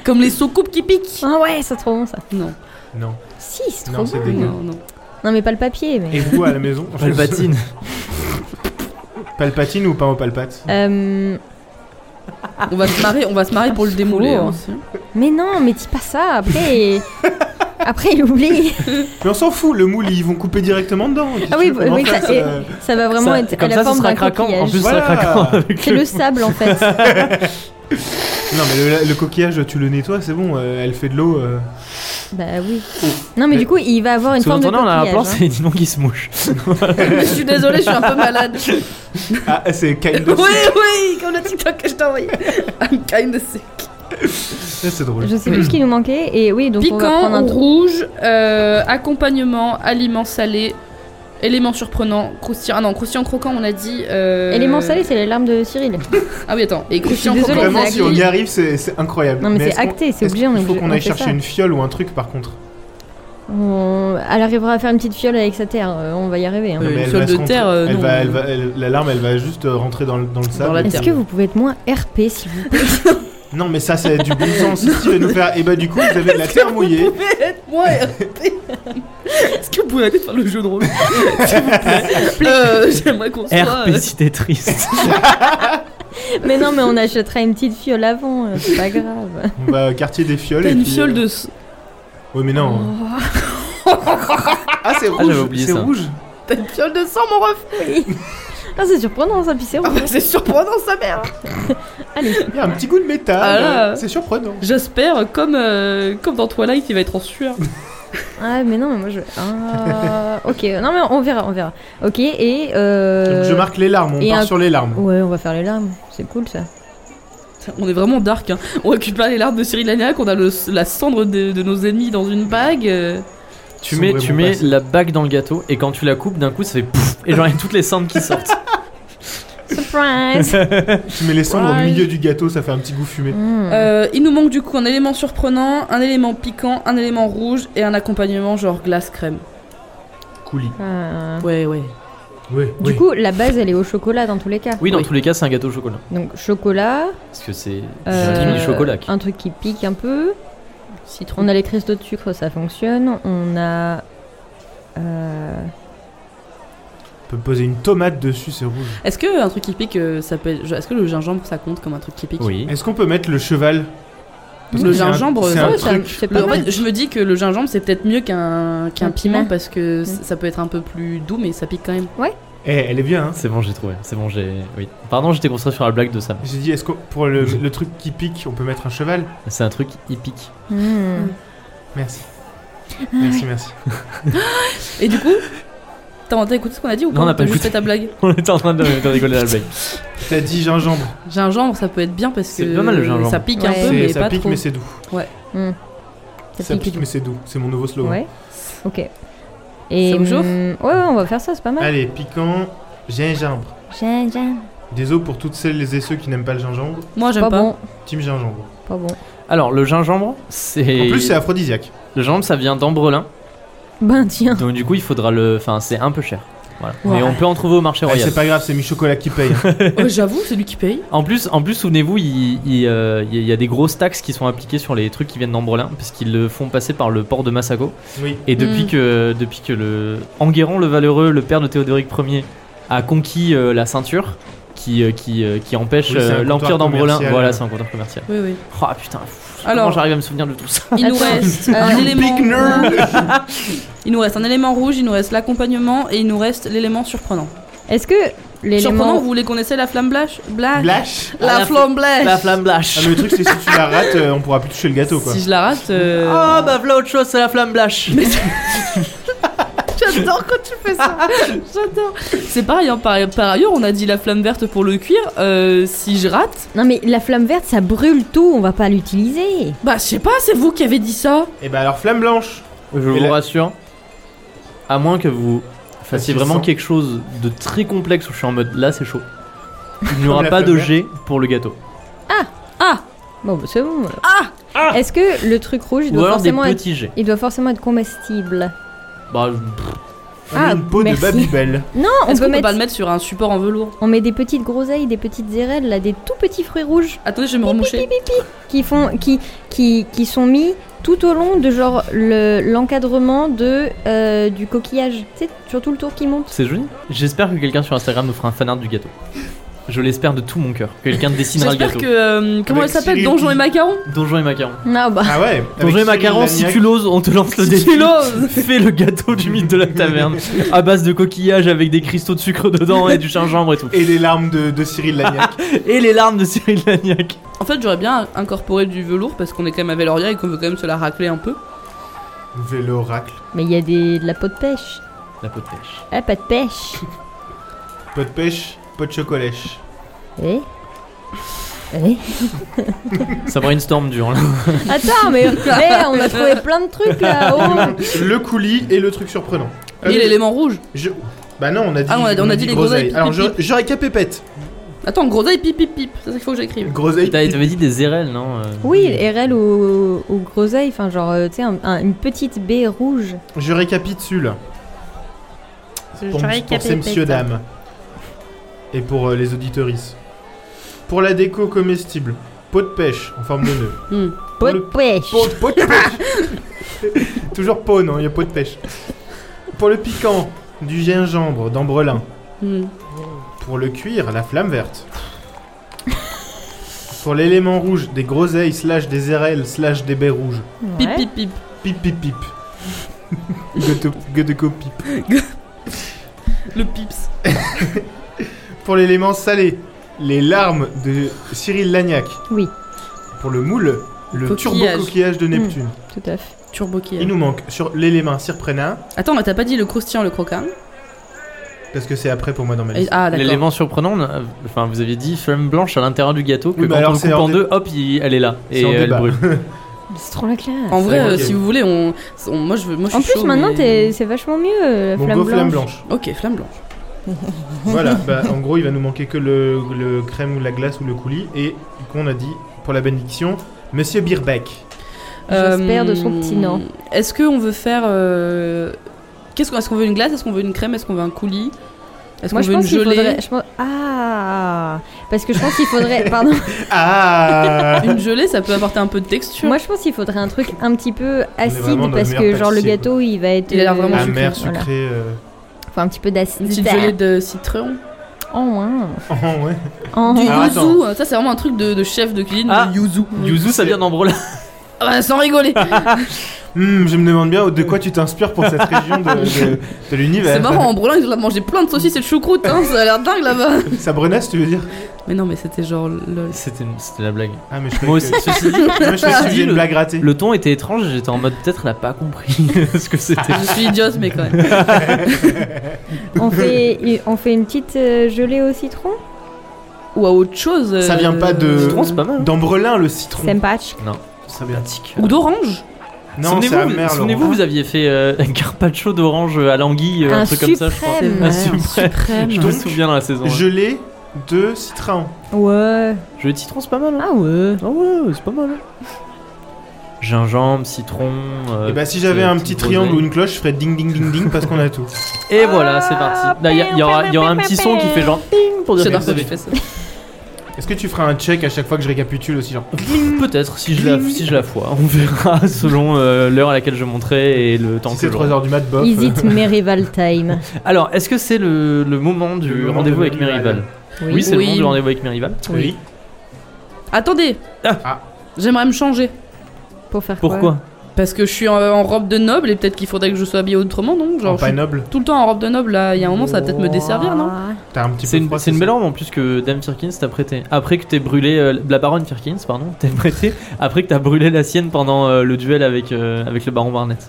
Comme les soucoupes qui piquent.
Ah ouais, c'est trop bon ça.
Non,
Non.
Si, c'est
Non,
trop
c'est
bon.
dégueu.
non, non.
Non, mais pas le papier, mais.
Et vous à la maison
Palpatine.
Palpatine ou pas au palpate
Euh,
On va se marrer, on va se marrer pour le démouler. hein, aussi.
Mais non, mais dis pas ça, après. après, il oublie.
Mais on s'en fout, le moule ils vont couper directement dedans.
Ah
Qu'est-ce
oui,
que tu veux
oui,
qu'on en
ça-
fasse,
et-
euh,
Ça va vraiment
Ça-
être à
comme
la
ça, ce
forme
sera
d'un
craquant. En
coquillage.
plus, ce sera
Voilà.
craquant avec
C'est
le-
le sable en fait.
Non, mais le, le coquillage, tu le nettoies, c'est bon, euh, elle fait de l'eau. euh.
Bah oui. Non, mais, du coup, il va avoir une
Ce dont
forme de
on a, on a un plan,
coquillage. hein.
c'est Ninon qui se mouche.
je suis désolée, je suis un peu malade.
Ah, c'est
oui,
kind of.
oui, comme le TikTok que je t'ai envoyé. I'm kind of sick.
Ça, C'est drôle.
hein. Je sais plus ce qui nous manquait. Et oui, donc on va
Piquant,
prendre un trou.
rouge, euh, accompagnement, aliments salés, éléments surprenants, croustillant. Ah non, croustillant croquant, on a dit. euh,
Élément salé, c'est les larmes de Cyril.
Ah oui, attends. Et croustillant
Je suis
croquant,
désolée,
on
Vraiment,
a
c'est
si on y
dit-
arrive, c'est c'est incroyable.
Non, mais,
est-ce
c'est
qu'on-
acté, c'est
est-ce
obligé. on est
qu'il faut
obligé-
qu'on
on
aille
fait
chercher
ça.
une fiole ou un truc par contre.
On- Elle arrivera à faire une petite fiole avec sa terre. euh, On va y arriver. hein.
Euh,
Non, mais
une
elle
fiole
va
de
se rentrer-
terre, euh,
elle
non.
va- elle va- elle- L'alarme, elle va juste euh, rentrer dans le, dans le sable.
la
Est-ce
terre.
que vous pouvez être moins RP, s'il vous plaît
Non, mais ça, c'est du bon sens. Si tu vas nous faire. Et bah, du coup, vous avez de la terre mouillée.
Vous pouvez être moins RP. Est-ce que vous pouvez arrêter de faire le jeu de rôle S'il vous plaît. Euh, J'aimerais qu'on soit.
RP si t'es triste.
Mais non, mais on achètera une petite fiole avant. euh, C'est pas grave.
On va au quartier des fioles.
T'as
et
une
puis,
fiole
euh,
de. Oh,
Ouais, mais non. Ah, c'est rouge.
j'avais oublié
c'est
ça.
rouge.
T'as une fiole de sang, mon ref
Ah, c'est surprenant ça, puis c'est
Ah
rouge.
bah, C'est surprenant, sa mère
Allez.
Il y a un petit goût de métal.
Ah là.
euh, C'est surprenant.
J'espère, comme, euh, comme dans Twilight, il va être en sueur.
Ah, mais non, mais moi je. Ah, ok, non, mais on verra, on verra. Ok, et. Euh...
Donc, je marque les larmes. On
et
part
un-
sur les larmes.
Ouais, on va faire les larmes. C'est cool ça.
On est vraiment dark, hein. On récupère les larmes de Cyril Lignac, on a le- la cendre de, de nos ennemis dans une bague. euh.
Tu mets, tu mets la bague dans le gâteau et quand tu la coupes, d'un coup ça fait pouf et genre il y a toutes les cendres qui sortent.
Surprise
Tu mets les cendres au
Ouais.
milieu du gâteau, ça fait un petit goût fumé.
Hmm.
Euh, il nous manque du coup un élément surprenant, un élément piquant, un élément rouge et un accompagnement genre glace crème.
Coulis.
Ah.
Ouais, ouais.
Ouais,
Du coup, la base elle est au chocolat dans tous les cas.
Oui, dans
Oui.
tous les cas, c'est un gâteau au chocolat.
Donc, chocolat.
Parce que c'est
euh,
c'est du chocolat.
Un truc qui pique un peu.
Citron.
On a les cristaux de sucre, ça fonctionne. On a. Euh...
On peut poser une tomate dessus, c'est rouge.
Est-ce que un truc qui pique, euh, ça peut être- Est-ce que le gingembre ça compte comme un truc qui pique
Oui.
Est-ce qu'on peut mettre le cheval Parce
Le
que c'est un-
gingembre,
c'est
ça,
un
ouais, ça-
truc.
c'est pas
Le- en
mal.
fait, je me dis que le gingembre c'est peut-être mieux qu'un qu'un
Un
piment
piment.
parce que c- ça peut être un peu plus doux mais ça pique quand même.
Eh, elle est bien, hein.
C'est bon, j'ai trouvé. C'est bon, j'ai. Oui. Pardon, j'étais concentré sur la blague de Sam.
J'ai dit, est-ce que pour le, le truc qui pique, on peut mettre un cheval
C'est un truc hippique.
hmm.
Merci. Merci, merci.
Et du coup, t'as t'as écouté ce qu'on a dit ou
Non,
pas
on n'a pas
T'as juste
écouté.
fait ta blague.
On était en train de, de rigoler à la blague.
T'as dit gingembre.
Gingembre ça peut être bien parce
C'est
que
pas mal, le gingembre.
ça pique un
Ouais.
peu
C'est-
mais
ça
pas
pique,
trop.
mais c'est doux.
Hmm. Ça,
ça
pique,
pique,
du
mais c'est doux. C'est mon nouveau slogan.
Ouais. Ok. Et.
Ça vous chauffe
hmm, ouais, ouais, on va faire ça, c'est pas mal.
Allez, piquant, gingembre.
J'aime, j'aime.
Désolé pour toutes celles et ceux qui n'aiment pas le gingembre.
Moi j'aime
Pas,
pas.
bon,
Team gingembre.
pas bon.
Alors, le gingembre, c'est.
En plus, c'est aphrodisiaque.
Le gingembre, ça vient d'Ambrelin.
Ben tiens.
Donc, du coup, il faudra le. Enfin, c'est un peu cher. Voilà.
Ah. Ouais.
Mais on peut en trouver au marché
Ah,
royal.
c'est pas grave, c'est mi-chocolat qui paye. hein.
Ouais, Oh, J'avoue c'est lui qui paye.
En plus, en plus souvenez-vous, il, il, euh, il y a des grosses taxes qui sont appliquées sur les trucs qui viennent d'Ambrelin, parce qu'ils le font passer par le port de Massago.
oui.
Et depuis
Mm.
que, depuis que le Enguerrand le Valeureux, le père de Théodoric Ier, a conquis euh, la ceinture qui, euh, qui, euh, qui empêche
Oui, c'est un
euh,
comptoir
l'empire d'Ambrelin,
commercial. euh.
voilà, c'est un comptoir commercial.
Oui oui.
Oh putain, pff,
Alors-
comment j'arrive à me souvenir de tout ça.
Il nous
Attends.
reste un
You
élément.
big nerd.
rouge. il nous reste un élément rouge, il nous reste l'accompagnement et il nous reste l'élément surprenant.
Est-ce que
Surprenant,
l'élément.
vous voulez qu'on essaie la flamme blanche Blache
Blash
Ah,
La
la
flamme blanche
La flamme
Ah,
blanche.
mais le truc, c'est si tu la rates, euh, on pourra plus toucher le gâteau, quoi.
Si je la rate. euh,
Ah bah voilà autre chose, c'est la flamme blanche.
J'adore quand tu fais ça J'adore C'est pareil, hein, par, par ailleurs, on a dit la flamme verte pour le cuir. euh, si je rate,
Non, mais la flamme verte, ça brûle tout, on va pas l'utiliser.
bah je sais pas, c'est vous qui avez dit ça
Et bah, alors, flamme blanche.
Je
Et
vous
la-
rassure, à moins que vous fassiez
Fassiez
vraiment
sans.
quelque chose de très complexe où je suis en mode là c'est chaud, il n'y aura
la
pas de
flamme
G pour le gâteau.
Ah
Bon, bah, c'est bon. alors.
Ah
Est-ce que le truc rouge, il
Ou
doit,
alors des
forcément être...
petits G.
il doit forcément être comestible
Bah, pff,
On met
Ah,
une peau
merci.
de Babybel.
Non, Ah, on
Est-ce qu'on
peut
peut
mettre.
pas le mettre sur un support en velours
On met des petites groseilles, des petites érelles, là, des tout petits fruits rouges
Attendez, je vais me remoucher.
qui, font... qui... Qui... qui sont mis tout au long de genre le- l'encadrement de euh, du coquillage. Tu sais, sur tout le tour qui monte.
c'est joli. J'espère que quelqu'un sur Instagram nous fera un fanart du gâteau. je l'espère de tout mon cœur. que Quelqu'un dessinera le
J'espère
gâteau.
que. euh, comment elle
Avec
s'appelle
Cyril
Donjon et
Guy.
Macaron
Donjon et macaron.
Ah bah.
Ah ouais avec
Donjon et
Cyril
macaron, si
Lignac.
tu l'oses, on te lance le
Si
défi.
tu l'oses.
Fais le gâteau du mythe de la taverne à base de coquillages avec des cristaux de sucre dedans et du gingembre et tout.
Et les larmes de, de Cyril Lagnac.
Et les larmes de Cyril Lagnac.
En fait, j'aurais bien incorporé du velours parce qu'on est quand même à Veloria et qu'on veut quand même se la racler un peu.
Vélo oracle.
Mais il y a des... de la peau de pêche.
La peau de pêche.
Ah, pas de pêche.
Pot de pêche, pot de chocolèche.
Eh Eh
Ça brainstorm dur là.
Attends, mais, mais on a trouvé plein de trucs là. Oh.
Le coulis et le truc surprenant. Euh,
Et l'élément rouge.
je- Bah non, on a dit,
Ah, on a- on a dit les groseilles,
Alors
pip, pip,
je- j'aurais qu'à pépette.
Attends, groseille, pip pip pip. C'est ça qu'il faut que j'écrive.
Groseille.
T'avais t'avais dit des érelles, non euh,
Oui, RL ou, ou groseille, enfin genre, euh, tu sais, un- un- une petite baie rouge.
Je récapitule. Pour, pour ces messieurs dames. Et pour euh, les auditorices. Pour la déco comestible. Pot de pêche en forme de nœud.
Hmm.
Peau de
le-
pêche.
Pot, pot de pêche. Toujours pot, non Il y a pot de pêche. Pour le piquant, du gingembre d'ambrelin.
Hmm.
Pour le cuir, la flamme verte. Pour l'élément rouge, des groseilles, slash des érelles, slash des baies rouges.
Pip
Ouais.
pip pip.
Pip pip pip. Goto- Godeko pip.
Le pips.
Pour l'élément salé, les larmes de Cyril Lagnac.
Oui,
Pour le moule, le
Coquillage.
turbo coquillage de Neptune.
tout à fait.
Turbo qui est.
Il nous manque sur l'élément surprenant,
Attends, mais t'as pas dit le croustillant, le croquant
parce que c'est après pour moi dans ma liste.
Ah, d'accord.
L'élément surprenant, on a- enfin vous aviez dit flamme blanche à l'intérieur du gâteau que
Oui, mais
quand
alors
on le
c'est
coupe
hors
en
dé-
deux, hop, il- elle est là et
C'est en
elle
débat.
brûle.
C'est trop la classe.
En vrai,
Ok.
euh, si vous voulez, on, on- moi je veux, moi je
En
suis
plus,
chaud,
maintenant,
mais-
t'es- c'est vachement mieux, euh, la
Bon,
flamme
go
blanche.
flamme blanche.
Ok, flamme blanche.
voilà, bah, en gros, il va nous manquer que le, le crème ou la glace ou le coulis. Et qu'on a dit, pour la bénédiction, Monsieur Birbeck.
J'espère de son
Euh,
petit nom.
Est-ce qu'on veut faire euh, Qu'est-ce qu'on est-ce qu'on veut une glace Est-ce qu'on veut une crème Est-ce qu'on veut un coulis Est-ce qu'on
Moi, je
veut une
pense qu'il
gelée
faudrait. je pense- Ah Parce que je pense qu'il faudrait. Pardon.
Ah
Une gelée, ça peut apporter un peu de texture.
Moi, je pense qu'il faudrait un truc un petit peu acide
vraiment dans
parce
le
que,
meilleur
genre, le
pâtissier,
gâteau, il va être.
Il a l'air vraiment
euh,
Amer, sucré.
voilà.
euh,
Faut un petit peu d'acide.
une petite gelée de citron.
Oh, hein.
Oh, ouais.
Oh,
Du
Ah,
yuzu, ça c'est vraiment un truc de, de chef de cuisine.
Ah.
du yuzu.
Yuzu, ça
C'est-
vient d'Ambrola.
Ah bah, sans rigoler.
Hmm, je me demande bien de quoi tu t'inspires pour cette région de, de- de l'univers.
c'est marrant, en brûlant, ils ont mangé plein de saucisses et de choucroute. Hein, ça a l'air dingue là-bas.
Ça brenasse, tu veux dire
Mais non, mais c'était genre. lol.
C'était c'était la blague.
Ah, mais je
Moi
croyais
aussi,
que...
ceci dit,
Moi, je me suis dit
dit,
une
le-
blague ratée.
le ton était étrange. J'étais en mode peut-être elle a pas compris ce que c'était.
Ah,
Je suis idiote, mais quand même.
on, fait, on fait une petite euh, gelée au citron
Ou à autre chose.
Ça vient pas de-
euh,
Citron, c'est pas mal. hein.
D'Ambrelin, le citron.
C'est patch.
Ça vient.
Ou d'orange.
Non, c'est
Souvenez-vous,
amer,
souvenez-vous,
Laurent.
vous aviez fait euh, un carpaccio d'orange à l'anguille, euh, un,
Un
truc comme ça, je crois.
suprême.
Un
Ouais,
suprême.
Crème.
Je me
Donc,
souviens dans la saison. Je...
Gelée de citron.
Ouais.
Le citron, c'est pas mal. Hein.
Ah ouais.
Ah ouais, c'est pas mal. hein. Gingembre, citron. euh,
Et bah, si j'avais
euh,
un
petite
petit triangle ou
groseille.
une cloche, je ferais ding ding ding ding parce qu'on a tout.
Et voilà, c'est parti.
Ah,
Là, il y, a- il y aura- il y aura un petit son qui fait genre ping
Oh,
pour dire que
J'adore
vous
quand
avez
tu fais ça.
Est-ce que tu feras un check à chaque fois que je récapitule aussi genre
Peut-être si je la si je la foi, on verra selon euh, l'heure à laquelle je monterai et le temps
si
que
c'est
je reste.
3h du mat bof
Is it Merival time
Alors, est-ce que c'est le, le moment
Le
du
moment
rendez-vous
de
avec
Merival.
Merival Oui, c'est
Oui.
le moment du rendez-vous avec Merival.
Oui.
Attendez.
Ah.
Ah.
J'aimerais me changer.
Pour faire quoi
Pourquoi
Parce que je suis en, en robe de noble et peut-être qu'il faudrait que je sois habillée autrement, non
En Oh.
Genre, je
pas
suis
noble.
tout le temps en robe de noble, là, il y a un moment, ça va peut-être me desservir, non
Ah.
T'as un petit
C'est
peu
une,
froid,
c'est une
ça
belle arme en plus que Dame Firkins t'a prêté. Après que t'aies brûlé. euh, la baronne Firkins, pardon, t'es prêté. Après que t'as brûlé la sienne pendant euh, le duel avec, euh, avec le baron Barnett.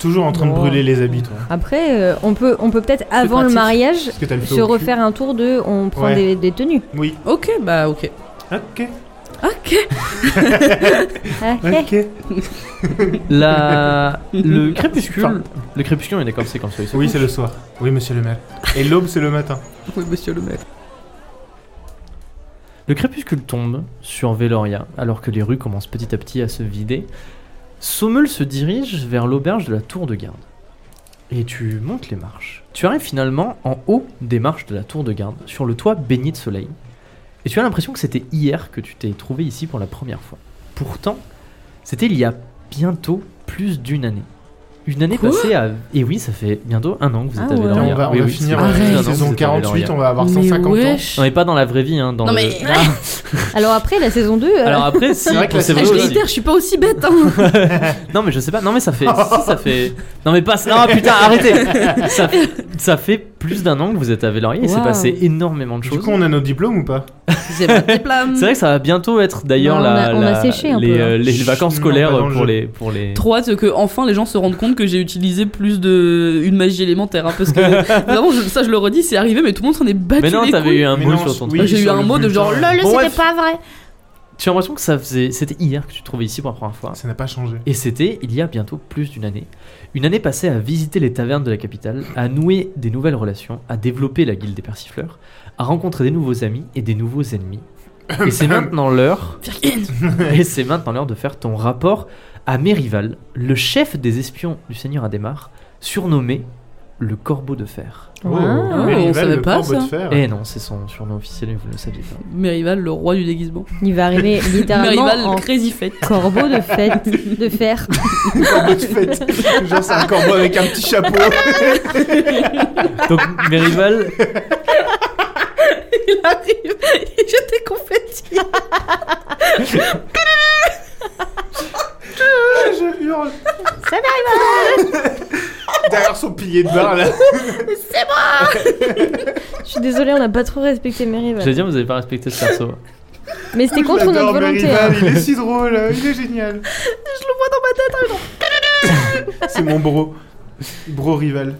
Toujours en train de
Oh.
brûler les habits toi.
Après, euh, on peut, on peut peut-être avant le
pratique.
mariage
Est-ce que t'as le feu
se
au cul
refaire un tour de. On prend
Ouais.
des, des tenues.
Oui.
Ok, bah ok.
OK.
Ok.
Ah,
OK.
La... Le crépuscule.
Enfin.
le crépuscule, on est d'accord, c'est comme ça. ils sont-
Oui, c'est le soir. Oui, monsieur le maire. Et l'aube c'est le matin.
Oui, monsieur le maire.
Le crépuscule tombe sur Veloria, alors que les rues commencent petit à petit à se vider. Sommel se dirige vers l'auberge de la tour de garde. Et tu montes les marches. Tu arrives finalement en haut des marches de la tour de garde, sur le toit baigné de soleil. Et tu as l'impression que c'était hier que tu t'es trouvé ici pour la première fois. Pourtant, c'était il y a bientôt plus d'une année. Une année
Quoi
passée à. Et oui, ça fait bientôt un an que vous êtes
Ah
à
ouais.
Là,
Véloria.
on va, on
Oui,
va
oui,
finir
c'est
la
vrai.
Arrête.
Un an que vous
saison
êtes à Véloria.
48, on va avoir
Mais
150 ans.
wesh.
Non, mais pas dans la vraie vie, hein. Dans
Non,
le-
mais- ah,
Alors après, la saison 2, euh,
Alors après, si,
vrai que la
c'est
Ah,
vrai
je
aussi.
réitère, je suis pas aussi bête. hein.
Non mais je sais pas, non mais ça fait, si, ça fait, non mais passe, non putain arrêtez, ça, ça fait plus d'un an que vous êtes à Véloria et c'est
Waouh.
passé énormément de
Du
choses.
coup, on a nos diplômes ou pas
J'ai pas des plans.
C'est vrai que ça va bientôt être d'ailleurs
Ouais, Bah,
la,
on a- on a
la-
séché un
les,
peu, hein.
euh, les vacances
Chut,
scolaires
non, pas dans le
pour
jeu.
les, pour les.
Trop hâte que enfin les gens se rendent compte que j'ai utilisé plus de une magie élémentaire hein, parce que vraiment je- ça je le redis c'est arrivé mais tout le monde s'en est battu
Mais non,
les
t'avais
couilles.
eu un
Mais
mot
non,
sur ton.
oui.
truc.
j'ai eu
sur
un
le
mot de
bulletin,
genre
ouais.
lol
Bon,
c'était
bref.
pas vrai
J'ai l'impression que ça faisait, c'était hier que tu te trouvais ici pour la première fois.
Ça n'a pas changé.
Et c'était il y a bientôt plus d'une année. Une année passée à visiter les tavernes de la capitale, à nouer des nouvelles relations, à développer la guilde des persifleurs, à rencontrer des nouveaux amis et des nouveaux ennemis. Et c'est maintenant l'heure. et c'est maintenant l'heure de faire ton rapport à Mérival, le chef des espions du Seigneur Adhémar, surnommé le Corbeau de Fer.
Ouais.
on
oh.
Merival,
savait
Oh, le
pas,
corbeau
ça.
de fer.
Eh non, c'est son surnom officiel, mais vous ne le saviez pas.
Merival le roi du déguisement
il va arriver littéralement
Merival
en
crazy fête
corbeau de fête, de fer.
corbeau de fête. Genre, c'est un corbeau avec un petit chapeau.
Donc Mérival,
il arrive il jette des confettis
Je hurle. Ça Derrière son pilier de bar, là.
Je suis désolée, on n'a pas trop respecté Merival.
j'allais dire, vous n'avez pas respecté ce perso.
Mais c'était contre notre
J'adore
volonté.
Merival,
hein.
Il est si drôle, il est génial. Je le vois dans ma tête. C'est mon bro. Bro rival.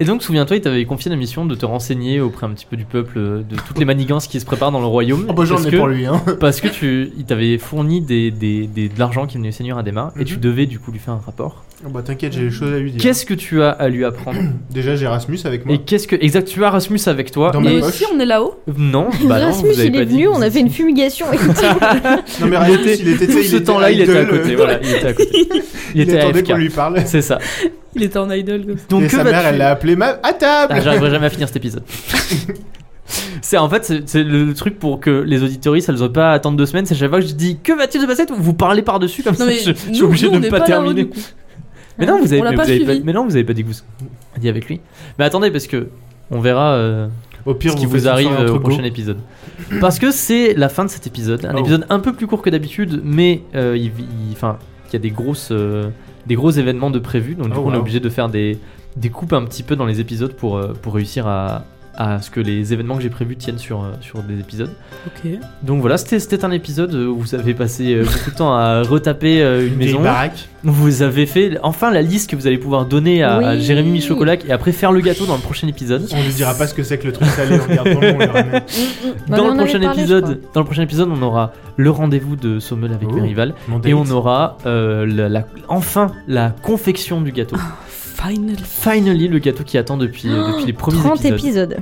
Et donc, souviens-toi, il t'avait confié la mission de te renseigner auprès un petit peu du peuple euh, de toutes les manigances qui se préparent dans le royaume.
Oh bah j'en
parce
ai
que-
pour lui hein.
Parce que tu, il t'avait fourni des, des- des- de l'argent qui venait du Seigneur Adhémar et tu
Mhm.
devais du coup lui faire un rapport.
Oh bah t'inquiète, j'ai des choses à lui dire.
Qu'est-ce que tu as à lui apprendre
Déjà j'ai Erasmus avec moi.
Et qu'est-ce que. Exact, tu as Rasmus avec toi.
Dans ma
et-
mais
poche.
si on est là-haut
Non, bah non,
Rasmus,
vous avez
il
pas
est
dit.
venu, on a fait une fumigation. écoute.
Non mais
Il
Erasmus,
était-
il était, tu sais,
Tout ce temps-là, il était à
idle,
côté.
euh,
Voilà, il était à côté. Il
Il,
était
attendait
AFK.
qu'on lui parle.
C'est ça.
il était en idol comme ça
Donc
Et
que
sa mère,
vas-tu-
elle l'a appelé ma... à table.
Ah, J'arriverai jamais à finir cet épisode. C'est en fait c'est- c'est le truc pour que les auditoristes elles aient pas à attendre deux semaines. C'est chaque fois que je dis que va-t-il se passer vous parlez par dessus comme
non
ça.
mais
Je,
nous,
je suis obligé
nous,
de
on
ne
est
pas,
pas là-haut,
terminer.
du coup.
Mais non vous avez,
On l'a
mais
pas
vous avez
suivi.
mais non vous avez pas dit que vous dit avec lui. Mais attendez parce que on verra euh,
Au pire,
ce qui
vous, faites
vous
une
arrive
soirée
euh,
entre
au
go.
prochain épisode. Parce que c'est la fin de cet épisode, un
Oh.
épisode un peu plus court que d'habitude, mais euh, il, il- enfin il y a des grosses euh, des gros événements de prévus, donc du
Oh,
coup on est
wow.
obligé de faire des des coupes un petit peu dans les épisodes pour euh, pour réussir à à ce que les événements que j'ai prévus tiennent sur, euh, sur des épisodes.
ok
Donc voilà, c'était c'était un épisode où vous avez passé euh, beaucoup de temps à retaper euh, une
Des
maison.
baraques.
Vous avez fait enfin la liste que vous allez pouvoir donner à, à
Oui.
Jérémy Michocolac et après faire le gâteau dans le prochain épisode.
On lui dira pas ce que c'est que le truc salé. on regarde vraiment, on le ramène.
Bah,
dans
on
le
en
prochain
avait parlé, je
épisode, dans le prochain épisode, on aura le rendez-vous de Sommel avec
Oh.
mes rivales
Mon
et on
date.
aura euh, la- la- enfin la confection du gâteau.
Ah. final
Finally, le gâteau qui attend depuis, euh, depuis les premiers
30
épisodes.
épisodes.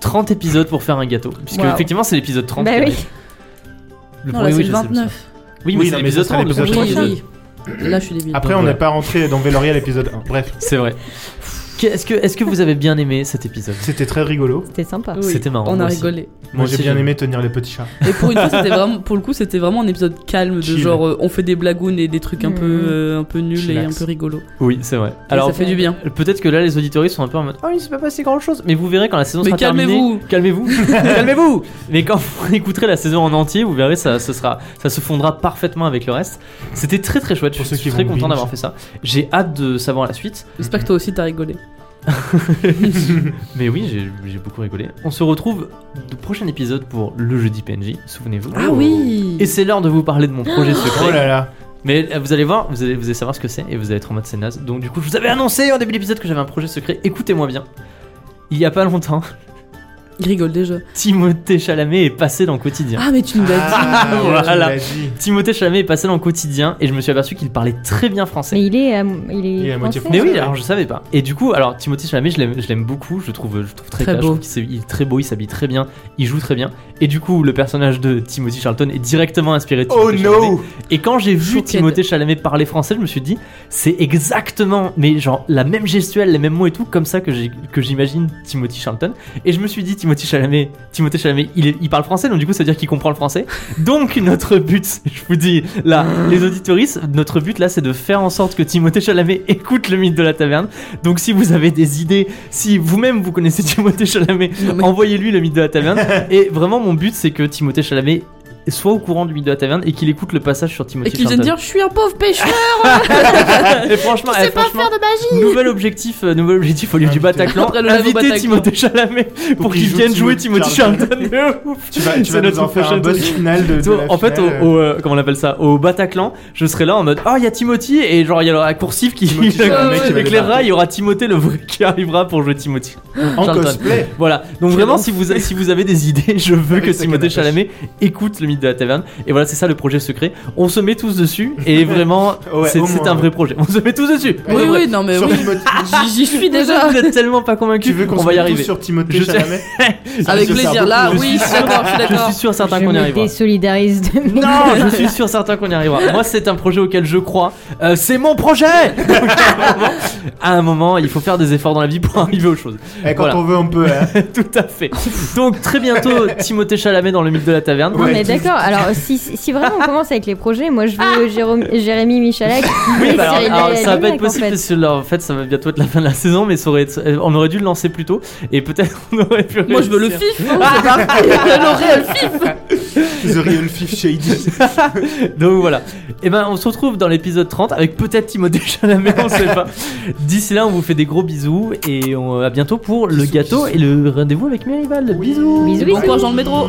30 épisodes pour faire un gâteau, puisque
Wow.
effectivement c'est l'épisode 30.
Bah
qui
oui.
arrive. Le
non
premier,
là c'est
oui,
le
je sais, je sais.
29
Oui, mais
Oui,
c'est
non, mais
l'épisode
ça,
30.
c'est
le
l'épisode
prochain
oui,
épisode.
oui. là je suis débile
Après,
Donc,
on n'est
voilà.
pas rentré dans Véloria l'épisode 1. Bref,
C'est vrai. Est-ce que, est-ce que vous avez bien aimé cet épisode
c'était très rigolo.
C'était sympa.
Oui,
C'était marrant,
on
moi
a
aussi.
rigolé
Moi, j'ai
aussi,
bien aimé tenir les petits chats.
Et pour une fois, c'était vraiment, pour le coup, c'était vraiment un épisode calme de
Chill.
genre euh, on fait des blagounes et des trucs un peu,
Mhm.
euh, un peu nuls et un
Chillax.
peu rigolos.
Oui, c'est vrai.
Alors,
Alors,
ça fait du bien.
Peut-être que là, les auditoristes sont un peu en mode Ah, il s'est pas passé grand chose. Mais vous verrez quand la saison
Mais
sera terminée.
calmez-vous.
Calmez-vous. Calmez-vous. Mais quand vous écouterez la saison en entier, vous verrez, ça, ce sera, ça se fondra parfaitement avec le reste. C'était très très chouette.
Pour
je
ceux
suis
qui
très
vont
content
binge.
d'avoir fait ça. J'ai hâte de savoir la suite.
J'espère que toi aussi t'as rigolé.
Mais oui, j'ai- j'ai beaucoup rigolé. On se retrouve au prochain épisode pour le jeudi PNJ. Souvenez-vous.
Ah oui
Oh. Et c'est l'heure de vous parler de mon projet secret.
Oh là là.
Mais euh, vous allez voir, vous allez, vous allez savoir ce que c'est et vous allez être en mode c'est naze. Donc du coup, je vous avais annoncé au début de l'épisode que j'avais un projet secret. Écoutez-moi bien. Il y a pas longtemps,
Il rigole déjà.
Timothée Chalamet est passé dans Quotidien.
Ah, mais tu nous l'as dit
Ah,
Voilà.
tu l'as dit.
Timothée Chalamet est passé dans Quotidien et je me suis aperçu qu'il parlait très bien français.
Mais il est, à- il est,
Il est à moitié
français.
Mais oui, alors je savais pas. Et du coup, alors Timothée Chalamet, je l'aime, je l'aime beaucoup, je le trouve, je le trouve très,
Très
classe, je
beau.
trouve qu'il s'est- il est très beau, il s'habille très bien, il joue très bien. Et du coup, le personnage de Timothy Charlton est directement inspiré de
Oh
Timothée Chalamet.
no!
Et quand j'ai vu
Choquée.
Timothée Chalamet parler français, je me suis dit, c'est exactement, mais genre la même gestuelle, les mêmes mots et tout, comme ça que j'ai- que j'imagine Timothée Charlton. Et je me suis dit, Timothée Chalamet, Timothée Chalamet, il, est- il parle français, donc du coup, ça veut dire qu'il comprend le français. Donc, notre but, je vous dis, là, les auditoristes, notre but, là, c'est de faire en sorte que Timothée Chalamet écoute le mythe de la taverne. Donc, si vous avez des idées, si vous-même vous connaissez Timothée Chalamet,
Non, mais-
envoyez-lui le mythe de la taverne. et vraiment, mon but, c'est que Timothée Chalamet soit au courant du mythe de la taverne et qu'il écoute le passage sur Timothée
Et qu'il vienne
Charlton.
dire, je suis un pauvre pêcheur,
Et franchement,
je
eh,
sais pas
franchement,
faire de magie.
Nouvel objectif, euh, nouvel objectif au lieu du
Inviter.
Bataclan.
Après le lago
Inviter
Bataclan.
Timothée Chalamet pour qu'il
Ah, qu'il joue
vienne jouer Timothée
Timothée
Charlton. De ouf.
Tu vas, tu
C'est
vas nous
notre
en faire un
prochain
boss
truc.
final de, de
Donc,
la
en fait, au,
finale.
au, euh, comment on appelle ça, au Bataclan, je serai là en mode, oh, il y a Timothy, et genre, il y aura la coursive qui
Timothée, c'est
le mec qui va
éclairera, il y aura Timothée le vrai qui arrivera pour jouer Timothée.
en
Charlton.
cosplay.
Voilà. Donc
Je
vraiment,
lance.
si vous, si vous avez des idées, je veux
Avec
que
sa
Timothée
canne à
Chalamet écoute le mythe de la taverne. Et voilà, c'est ça le projet secret. On se met tous dessus, et vraiment,
Ouais,
c'est
au
c'est
moins,
un
ouais.
vrai projet. On se met tous dessus.
Oui,
Ah, Ouais,
oui,
ouais.
non, mais
Sur
oui.
Timothée-
J'y- j'y suis déjà.
Vous êtes tellement pas convaincu.
tu veux qu'on
on
se
va y
mette tous
arriver.
sur Timothée
Je sais-
Chalamet
Avec
Je sais
plaisir,
beaucoup,
là,
je
Ah oui,
suis
je suis d'accord, je suis
Je
d'accord.
suis sûr certain
Je
qu'on y
me
arrivera.
désolidarise de mes
Non, je suis sûr certain qu'on y arrivera. Moi, c'est un projet auquel je crois. Euh, c'est mon projet. Donc, à un moment- à un moment, il faut faire des efforts dans la vie pour arriver aux choses.
Eh, Quand
Voilà.
on veut, on peut. hein.
Tout à fait. Donc très bientôt, Timothée Chalamet dans le mythe de la taverne.
Non,
Ouais,
mais
tu-
d'accord. Alors, si, si si vraiment on commence avec les projets, moi je veux Jérôme, Jérémy Michalak.
Oui,
et
bah, alors,
Cyril
alors, ça va pas
Lignac,
être possible
en fait.
parce que là, en fait, ça va bientôt être la fin de la saison, mais ça aurait été- euh, on aurait dû le lancer plus tôt et peut-être on aurait pu.
Moi, je veux le
réussir.
fif. hein, c'est pas- L'Oréal fif.
The Real Fifth Shady.
Donc voilà. Et ben on se retrouve dans l'épisode 30 avec peut-être Timothée Chalamet, on sait pas. D'ici là, on vous fait des gros bisous et on, à bientôt pour le
Bisous,
gâteau
bisous.
et le rendez-vous avec Mérival. Bisous.
Bisous,
Bon
bisous.
courage dans le métro.